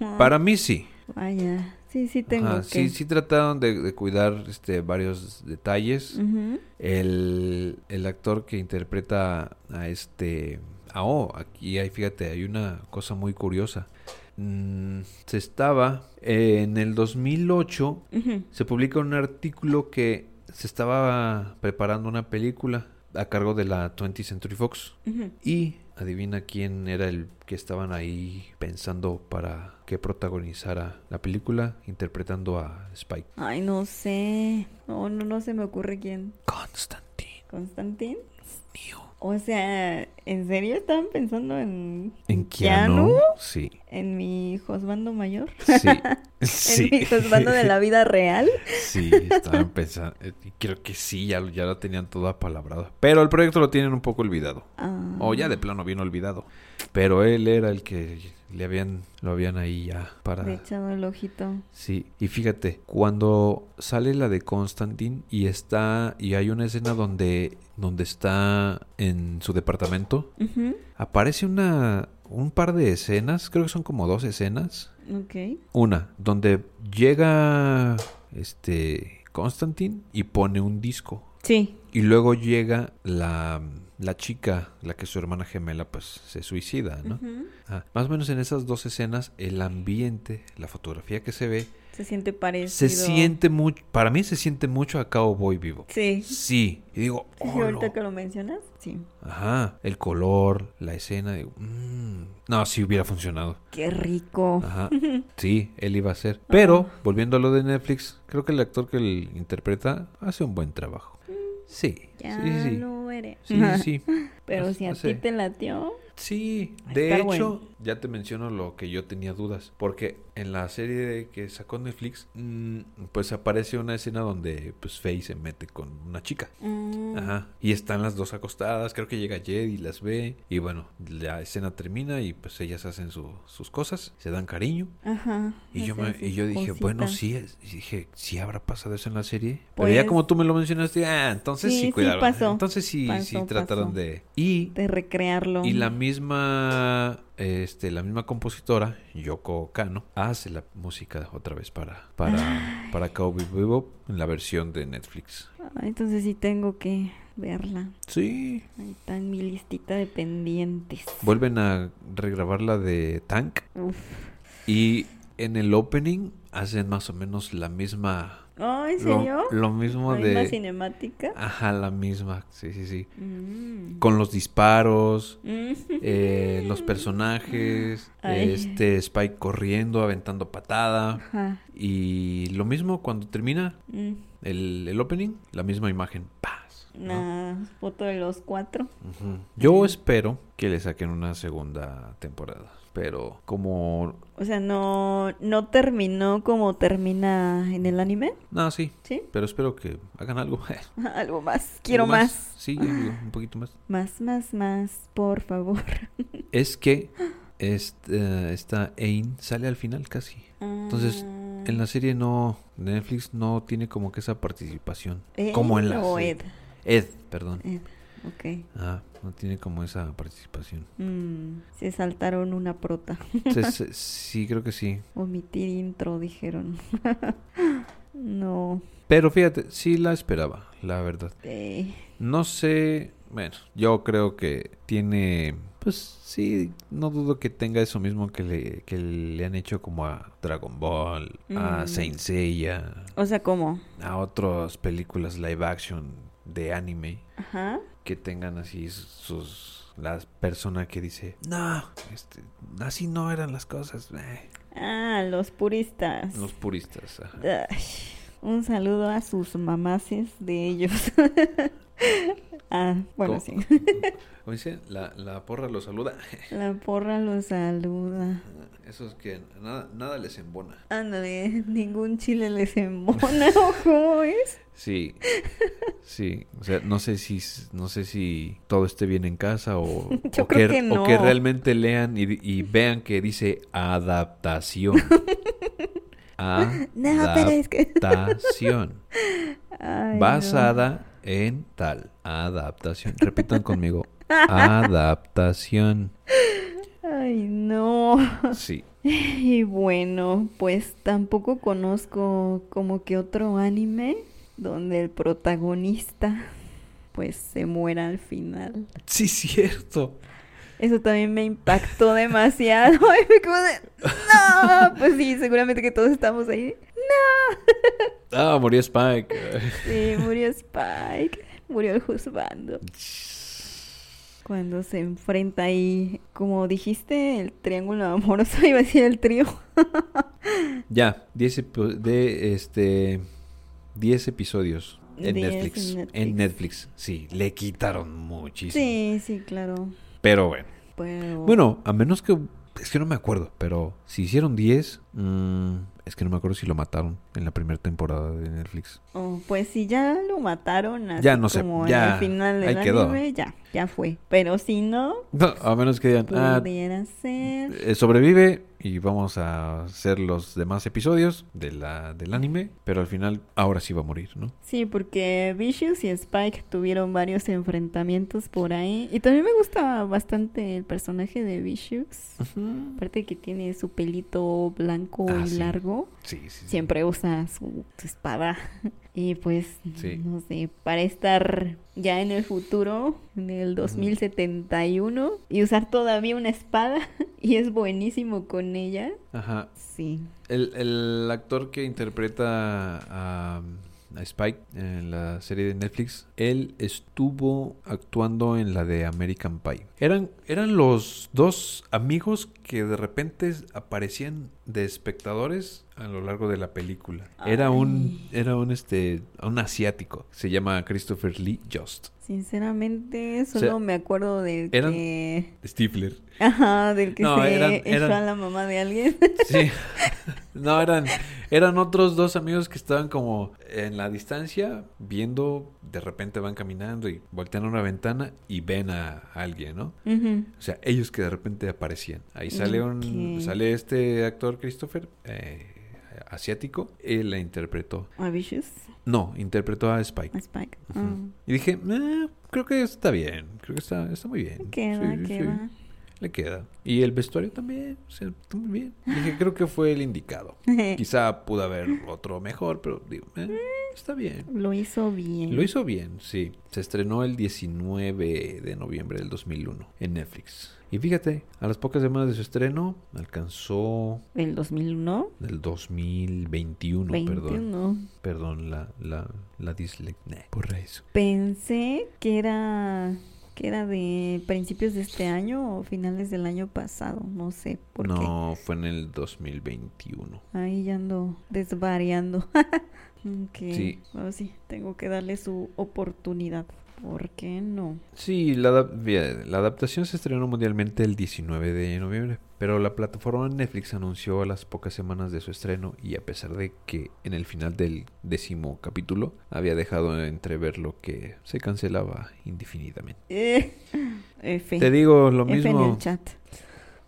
Speaker 2: Mm. Ah,
Speaker 1: Para mí sí.
Speaker 2: Vaya. Sí, sí tengo
Speaker 1: Ajá,
Speaker 2: que.
Speaker 1: Sí, sí trataron de, de cuidar este, varios detalles.
Speaker 2: Ujú.
Speaker 1: El, el actor que interpreta a este... Ah, oh, aquí hay, fíjate, hay una cosa muy curiosa. Mm, se estaba... eh, en el 2008
Speaker 2: Ujú.
Speaker 1: se publica un artículo que se estaba preparando una película a cargo de la 20th Century Fox.
Speaker 2: Ujú.
Speaker 1: Y adivina quién era el que estaban ahí pensando para que protagonizara la película interpretando a Spike.
Speaker 2: Ay, no sé. No, no, no se me ocurre quién.
Speaker 1: Constantine
Speaker 2: ¿Constantín?
Speaker 1: Neo.
Speaker 2: O sea, ¿en serio estaban pensando en,
Speaker 1: ¿En Keanu? Sí.
Speaker 2: en mi Josbando mayor?
Speaker 1: Sí.
Speaker 2: ¿En mi
Speaker 1: sí.
Speaker 2: Josbando de la vida real?
Speaker 1: Sí, estaban pensando. eh, Creo que sí, ya, lo- ya lo tenían todo apalabrado. Pero el proyecto lo tienen un poco olvidado.
Speaker 2: Ah,
Speaker 1: O Oh, ya de plano bien olvidado. Pero él era el que le habían, lo habían ahí ya para.
Speaker 2: Le he echado el ojito.
Speaker 1: Sí, y fíjate, cuando sale la de Constantine y está y hay una escena donde donde está en su departamento,
Speaker 2: Ujú,
Speaker 1: aparece una un par de escenas, creo que son como dos escenas.
Speaker 2: Ok.
Speaker 1: Una donde llega este Constantine y pone un disco
Speaker 2: Sí.
Speaker 1: y luego llega la la chica, la que es su hermana gemela pues se suicida, ¿no?
Speaker 2: Ujú.
Speaker 1: Ah, más o menos en esas dos escenas el ambiente, la fotografía que se ve
Speaker 2: Se siente
Speaker 1: se
Speaker 2: parecido.
Speaker 1: siente mucho, para mí se siente mucho a Cowboy Vivo.
Speaker 2: Sí. Sí,
Speaker 1: Sí, y digo,
Speaker 2: sí,
Speaker 1: "Oh,
Speaker 2: ahorita
Speaker 1: no".
Speaker 2: que lo mencionas, sí.
Speaker 1: ajá, el color, la escena, digo, "Mm". no, sí hubiera funcionado.
Speaker 2: Qué rico.
Speaker 1: Ajá, sí, él iba a ser. Pero, volviendo a lo de Netflix, creo que el actor que él interpreta hace un buen trabajo. Sí,
Speaker 2: Ya
Speaker 1: sí, sí.
Speaker 2: lo veré.
Speaker 1: Sí, Pues, sí, sí.
Speaker 2: Pero si a
Speaker 1: hace-
Speaker 2: ti te latió,
Speaker 1: Sí,
Speaker 2: Va a
Speaker 1: de
Speaker 2: estar
Speaker 1: hecho,
Speaker 2: bueno.
Speaker 1: ya te menciono lo que yo tenía dudas, porque en la serie de- que sacó Netflix, mm, pues aparece una escena donde pues Faye se mete con una chica.
Speaker 2: Mm,
Speaker 1: Ajá. Y están las dos acostadas, creo que llega Jed y las ve. Y bueno, la escena termina y pues ellas hacen su- sus cosas, se dan cariño.
Speaker 2: Ajá.
Speaker 1: Y yo, me-
Speaker 2: hacen
Speaker 1: y
Speaker 2: sus
Speaker 1: yo dije, bueno,
Speaker 2: cositas.
Speaker 1: sí, es- y dije, sí habrá pasado eso en la serie. Pero
Speaker 2: Pues-
Speaker 1: ya como tú me lo mencionaste, ah, entonces
Speaker 2: Sí,
Speaker 1: sí,
Speaker 2: sí
Speaker 1: cuidaron.
Speaker 2: pasó.
Speaker 1: Entonces sí, sí
Speaker 2: Pasó,
Speaker 1: trataron
Speaker 2: pasó.
Speaker 1: de... Y,
Speaker 2: De recrearlo.
Speaker 1: y la misma este la misma compositora, Yoko Kano, hace la música otra vez para, para, para Cowboy Bebop en la versión de Netflix.
Speaker 2: Ah, Entonces sí tengo que verla.
Speaker 1: Sí.
Speaker 2: Ahí está en mi listita de pendientes.
Speaker 1: Vuelven a regrabar la de Tank
Speaker 2: Uf.
Speaker 1: y en el opening hacen más o menos la misma...
Speaker 2: Ay, ¿en
Speaker 1: lo-
Speaker 2: serio?
Speaker 1: Lo, mismo
Speaker 2: ¿La misma
Speaker 1: de...
Speaker 2: cinemática?
Speaker 1: Ajá, la misma, sí, sí, sí.
Speaker 2: Mm.
Speaker 1: Con los disparos,
Speaker 2: Mm.
Speaker 1: eh, los personajes,
Speaker 2: Ay.
Speaker 1: este Spike corriendo, aventando patada.
Speaker 2: Ajá.
Speaker 1: Y lo mismo cuando termina
Speaker 2: Mm.
Speaker 1: el, el opening, la misma imagen. ¡Paz! ¿no?
Speaker 2: Una foto de los cuatro.
Speaker 1: Ujú. Yo espero que le saquen una segunda temporada. Pero como...
Speaker 2: O sea, no, no terminó como termina en el anime,
Speaker 1: No, sí.
Speaker 2: ¿sí?
Speaker 1: Pero espero que hagan algo.
Speaker 2: Algo más. Quiero
Speaker 1: Algo
Speaker 2: más.
Speaker 1: Sí, amigo, un poquito más.
Speaker 2: Más, más, más, por favor.
Speaker 1: Es que este, esta Ain sale al final casi. Entonces,
Speaker 2: Ah.
Speaker 1: En la serie no, Netflix no tiene como que esa participación.
Speaker 2: ¿Eh?
Speaker 1: como en la
Speaker 2: O
Speaker 1: se-
Speaker 2: Ed. Eh.
Speaker 1: Ed, perdón.
Speaker 2: Ed. Ok.
Speaker 1: Ah, no tiene como esa participación.
Speaker 2: Mm, se saltaron una prota.
Speaker 1: Se- se- sí, creo que sí.
Speaker 2: Omitir intro, dijeron. no.
Speaker 1: Pero fíjate, sí la esperaba, la verdad.
Speaker 2: eh,
Speaker 1: No sé, bueno, yo creo que tiene, pues sí, no dudo que tenga eso mismo que le, que le han hecho como a Dragon Ball, a
Speaker 2: Mm.
Speaker 1: Saint Seiya,
Speaker 2: o sea, ¿cómo?
Speaker 1: a otras películas live action de anime.
Speaker 2: Ajá.
Speaker 1: que tengan así sus las personas que dice no este, así no eran las cosas eh".
Speaker 2: Ah, los puristas.
Speaker 1: los puristas ajá.
Speaker 2: Ay, un saludo a sus mamaces de ellos. ah, bueno,
Speaker 1: Co-
Speaker 2: sí.
Speaker 1: como dice la, la porra los saluda
Speaker 2: La porra los saluda.
Speaker 1: esos que nada nada les embona
Speaker 2: Ándale, ningún chile les embona, ¿o ¿cómo es?
Speaker 1: sí sí o sea no sé si no sé si todo esté bien en casa o,
Speaker 2: Yo
Speaker 1: o
Speaker 2: creo que
Speaker 1: o
Speaker 2: no.
Speaker 1: que realmente lean y, y vean que dice adaptación
Speaker 2: No, pero es que...
Speaker 1: adaptación
Speaker 2: Ay, no.
Speaker 1: basada en tal adaptación. Repitan conmigo. Adaptación.
Speaker 2: Ay, no.
Speaker 1: Sí.
Speaker 2: Y bueno, pues tampoco conozco como que otro anime donde el protagonista pues se muera al final.
Speaker 1: Sí, cierto.
Speaker 2: Eso también me impactó demasiado. Y fue como de, no, pues sí, seguramente que todos estamos ahí.
Speaker 1: Ah, murió Spike.
Speaker 2: Sí, murió Spike, murió el Husbando. Cuando se enfrenta ahí, como dijiste, el triángulo amoroso, iba a decir el trío.
Speaker 1: Ya, 10 epi- de este 10 episodios en
Speaker 2: 10 en
Speaker 1: Netflix. En Netflix, sí, le quitaron muchísimo.
Speaker 2: Sí, sí, claro.
Speaker 1: Pero bueno.
Speaker 2: Pero...
Speaker 1: Bueno, a menos que es que no me acuerdo, pero si hicieron 10, mm, es que no me acuerdo si lo mataron en la primera temporada de Netflix.
Speaker 2: Oh, pues si ya lo mataron así
Speaker 1: Ya no sé,
Speaker 2: como
Speaker 1: ya,
Speaker 2: al final del
Speaker 1: ahí quedó.
Speaker 2: anime, ya, ya fue. Pero si no,
Speaker 1: No, a menos que digan, ah,
Speaker 2: pudiera ser.
Speaker 1: eh, sobrevive y vamos a hacer los demás episodios de la, del anime, pero al final ahora sí va a morir, ¿no?
Speaker 2: Sí, porque Vicious y Spike tuvieron varios enfrentamientos por ahí. Y también me gusta bastante el personaje de Vicious. Aparte que tiene su pelito blanco
Speaker 1: Ah,
Speaker 2: y
Speaker 1: sí.
Speaker 2: largo.
Speaker 1: Sí, sí. sí.
Speaker 2: Siempre usa su, su espada. Y pues,
Speaker 1: Sí.
Speaker 2: no sé, para estar ya en el futuro, en el 2071, y usar todavía una espada, y es buenísimo con ella.
Speaker 1: Ajá.
Speaker 2: Sí.
Speaker 1: El, el actor que interpreta a a Spike en la serie de Netflix. Él estuvo actuando en la de American Pie. Eran, eran los dos amigos que de repente aparecían de espectadores a lo largo de la película. Era un, era un este, un asiático. Se llama Christopher Lee Just.
Speaker 2: Sinceramente, solo
Speaker 1: sea,
Speaker 2: me acuerdo del
Speaker 1: eran-
Speaker 2: que...
Speaker 1: Stifler.
Speaker 2: Ajá, del que
Speaker 1: No,
Speaker 2: se
Speaker 1: eran-
Speaker 2: echó a
Speaker 1: eran-
Speaker 2: la mamá de alguien.
Speaker 1: Sí. No, eran, eran otros dos amigos que estaban como en la distancia, viendo, de repente van caminando y voltean a una ventana y ven a alguien, ¿no?
Speaker 2: Ujú.
Speaker 1: O sea, ellos que de repente aparecían. Ahí sale un,
Speaker 2: Ok.
Speaker 1: sale este actor Christopher, eh, asiático, él la interpretó.
Speaker 2: ¿A Vicious?
Speaker 1: No, interpretó a Spike.
Speaker 2: ¿A Spike?
Speaker 1: Ujú.
Speaker 2: Ah.
Speaker 1: Y dije, "Eh, creo que está bien, creo que está, está muy bien.
Speaker 2: ¿Qué va,
Speaker 1: Sí,
Speaker 2: qué
Speaker 1: sí,
Speaker 2: va?
Speaker 1: Le queda. Y el vestuario también, o sea, está muy bien. Dije, creo que fue el indicado. Quizá pudo haber otro mejor, pero digo, eh, está bien.
Speaker 2: Lo hizo Mm. bien.
Speaker 1: Lo hizo bien, sí. Se estrenó el 19 de noviembre del 2001 en Netflix. Y fíjate, a las pocas semanas de su estreno, alcanzó
Speaker 2: ¿Del 2001?
Speaker 1: el 2021, perdón.
Speaker 2: 21.
Speaker 1: Perdón, la, la, la disle- nah, borra eso.
Speaker 2: Pensé que era que era de principios de este año o finales del año pasado, no sé por qué.
Speaker 1: No, fue en el 2021.
Speaker 2: Ahí ya ando desvariando. Ok,
Speaker 1: Sí.
Speaker 2: bueno, sí, tengo que darle su oportunidad. ¿Por qué no?
Speaker 1: Sí, la, adap- mira, la adaptación se estrenó mundialmente el 19 de noviembre, pero la plataforma Netflix anunció a las pocas semanas de su estreno y a pesar de que en el final del décimo capítulo había dejado entrever lo que se cancelaba indefinidamente.
Speaker 2: Eh, F.
Speaker 1: Te digo lo
Speaker 2: F en
Speaker 1: mismo.
Speaker 2: el chat.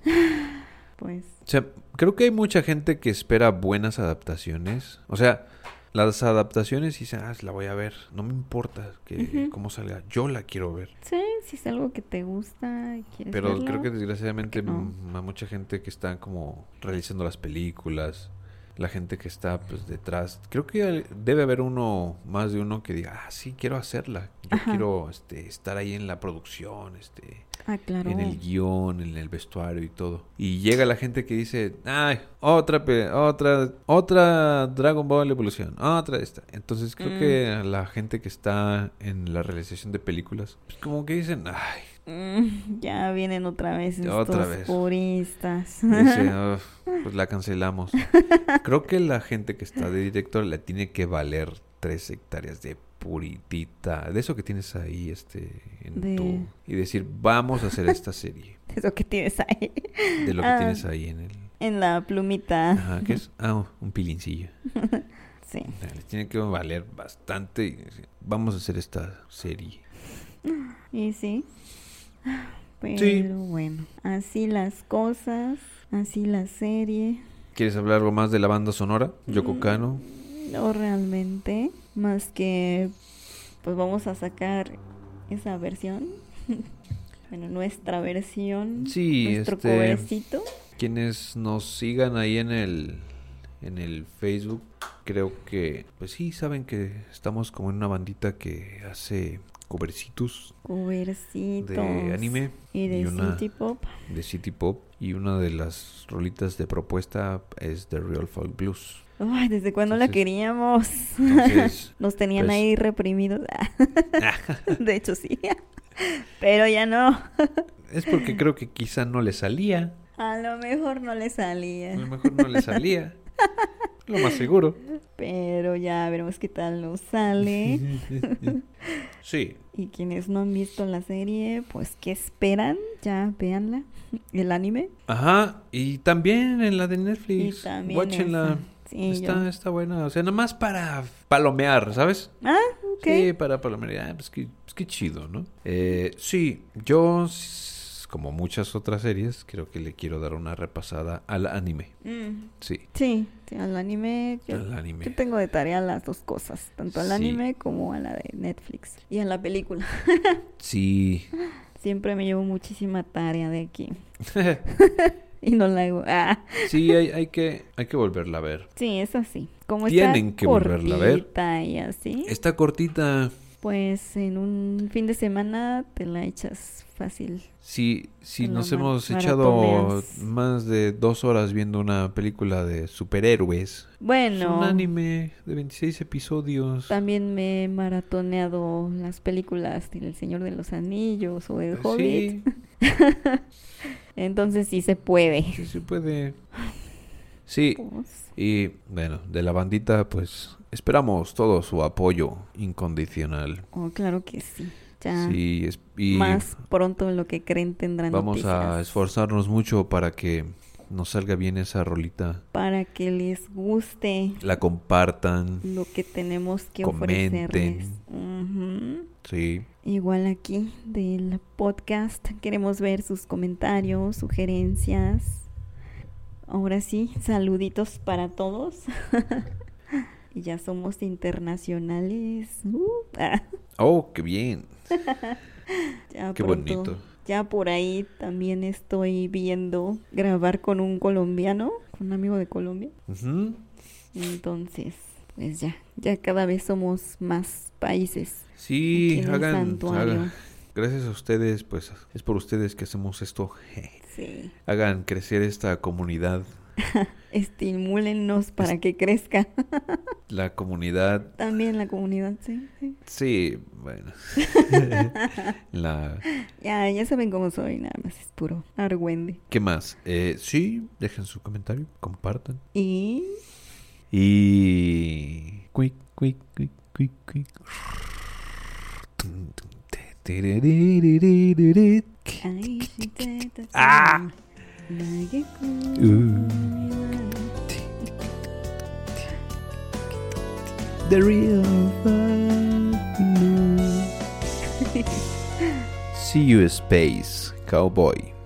Speaker 2: Pues
Speaker 1: O sea, creo que hay mucha gente que espera buenas adaptaciones. O sea, las adaptaciones dicen, ah, la voy a ver, no me importa que
Speaker 2: Ujú.
Speaker 1: cómo salga, yo la quiero ver.
Speaker 2: sí, si es algo que te gusta, y quieres
Speaker 1: Pero creo
Speaker 2: verlo,
Speaker 1: que desgraciadamente
Speaker 2: ¿Por qué no?
Speaker 1: m- a mucha gente que está como realizando las películas, la gente que está pues detrás, creo que al- debe haber uno, más de uno que diga, ah, sí, quiero hacerla, yo
Speaker 2: Ajá.
Speaker 1: quiero este, estar ahí en la producción, este,
Speaker 2: Ah, claro.
Speaker 1: en el guión, en el vestuario y todo. Y llega la gente que dice, ay, otra, pe- otra, otra Dragon Ball Evolución, otra esta. Entonces creo
Speaker 2: Mm.
Speaker 1: que a la gente que está en la realización de películas, pues como que dicen, ay.
Speaker 2: Mm, Ya vienen otra vez
Speaker 1: Ya
Speaker 2: estos
Speaker 1: otra vez.
Speaker 2: puristas.
Speaker 1: Dice, "Uf, pues la cancelamos. Creo que la gente que está de director le tiene que valer tres hectáreas de puritita, de eso que tienes ahí, este, en
Speaker 2: De-
Speaker 1: tu- y decir, vamos a hacer esta serie,
Speaker 2: Eso que tienes ahí
Speaker 1: de lo que
Speaker 2: Ah.
Speaker 1: tienes ahí en el,
Speaker 2: en la plumita.
Speaker 1: ajá, ¿qué es? Ah, un pilincillo.
Speaker 2: Sí.
Speaker 1: O sea, Le tiene que valer bastante, y decir, vamos a hacer esta serie.
Speaker 2: Y sí. Pero
Speaker 1: Sí.
Speaker 2: bueno, así las cosas, así la serie.
Speaker 1: ¿Quieres hablar algo más de la banda sonora?
Speaker 2: Mm.
Speaker 1: Yoko Kano.
Speaker 2: No realmente, más que pues vamos a sacar esa versión. bueno, nuestra versión.
Speaker 1: Sí,
Speaker 2: nuestro
Speaker 1: este-
Speaker 2: covercito.
Speaker 1: Quienes nos sigan ahí en el en el Facebook, creo que pues sí saben que estamos como en una bandita que hace covercitos
Speaker 2: Covercitos.
Speaker 1: de anime
Speaker 2: Y de
Speaker 1: y una-
Speaker 2: City Pop.
Speaker 1: de City Pop y una de las rolitas de propuesta es The Real Folk Blues.
Speaker 2: Ay, desde cuando la
Speaker 1: Entonces-
Speaker 2: queríamos.
Speaker 1: Entonces,
Speaker 2: Nos tenían
Speaker 1: pues-
Speaker 2: ahí reprimidos. de hecho, sí. Pero ya no.
Speaker 1: es porque creo que quizá no le salía,
Speaker 2: A lo mejor no le
Speaker 1: a lo
Speaker 2: salía.
Speaker 1: mejor no le salía. Lo más seguro.
Speaker 2: Pero ya veremos qué tal nos sale. ¿Eh?
Speaker 1: Sí,
Speaker 2: Y quienes no han visto la serie, pues ¿qué esperan? Ya véanla. El anime.
Speaker 1: Ajá, y también en la de Netflix.
Speaker 2: Y también.
Speaker 1: Guáchenla.
Speaker 2: esa. Sí,
Speaker 1: Está,
Speaker 2: yo.
Speaker 1: está buena. O sea, nada más para palomear, ¿sabes?
Speaker 2: Ah, ok.
Speaker 1: Sí, para palomear. Ah, pues qué, pues qué chido, ¿no? Eh, sí, yo, s- como muchas otras series, creo que le quiero dar una repasada al anime.
Speaker 2: Mm,
Speaker 1: Sí,
Speaker 2: Sí, sí, al anime. Yo,
Speaker 1: al anime.
Speaker 2: yo tengo de tarea las dos cosas, tanto al
Speaker 1: Sí.
Speaker 2: anime como a la de Netflix. Y a la película.
Speaker 1: Sí.
Speaker 2: Siempre me llevo muchísima tarea de aquí. Y no la hago. Ah,
Speaker 1: sí, hay, hay, que, hay que volverla a ver.
Speaker 2: sí, es así. Como
Speaker 1: Tienen
Speaker 2: está
Speaker 1: que volverla a ver.
Speaker 2: cortita y así.
Speaker 1: Está cortita.
Speaker 2: pues en un fin de semana te la echas fácil.
Speaker 1: Si, si
Speaker 2: Lo
Speaker 1: nos
Speaker 2: mar-
Speaker 1: hemos echado
Speaker 2: maratoneas.
Speaker 1: más de dos horas viendo una película de superhéroes, es
Speaker 2: Bueno,
Speaker 1: un anime de 26 episodios.
Speaker 2: también me he maratoneado las películas del Señor de los Anillos o El Hobbit.
Speaker 1: Sí,
Speaker 2: Entonces sí se puede.
Speaker 1: sí se puede. Sí,
Speaker 2: Pues,
Speaker 1: y bueno, de la bandita, pues esperamos todo su apoyo incondicional.
Speaker 2: oh, claro que sí. Ya
Speaker 1: Sí, es- y
Speaker 2: más pronto de lo que creen tendrán
Speaker 1: vamos a
Speaker 2: noticias
Speaker 1: esforzarnos mucho para que nos salga bien esa rolita.
Speaker 2: para que les guste
Speaker 1: La compartan,
Speaker 2: lo que tenemos que
Speaker 1: Comenten.
Speaker 2: ofrecerles. Ujú.
Speaker 1: sí.
Speaker 2: Igual aquí del podcast queremos ver sus comentarios, sugerencias. Ahora sí, saluditos para todos. y ya somos internacionales. Uh, ah,
Speaker 1: Oh, qué bien,
Speaker 2: ya
Speaker 1: qué
Speaker 2: pronto-
Speaker 1: bonito.
Speaker 2: Ya por ahí también estoy viendo grabar con un colombiano, con un amigo de Colombia.
Speaker 1: Ujú.
Speaker 2: Entonces, pues ya, ya cada vez somos más países. aquí
Speaker 1: Sí,
Speaker 2: en el
Speaker 1: hagan,
Speaker 2: santuario.
Speaker 1: hagan- Gracias a ustedes, pues es por ustedes que hacemos esto.
Speaker 2: Sí.
Speaker 1: hagan crecer esta comunidad,
Speaker 2: Estimúlennos para que crezca.
Speaker 1: la comunidad.
Speaker 2: También la comunidad, sí. sí.
Speaker 1: Sí, bueno. la,
Speaker 2: Ya, ya saben cómo soy, nada más es puro argüende.
Speaker 1: ¿Qué más? Eh, sí, dejen su comentario, compartan.
Speaker 2: Y
Speaker 1: Y... Quick, quick, quick, quick, quick.
Speaker 2: Ay, sí, te- te-
Speaker 1: Ah.
Speaker 2: Ay, qué
Speaker 1: Uh.
Speaker 2: cool.
Speaker 1: The real Fat Man. See you, Space Cowboy.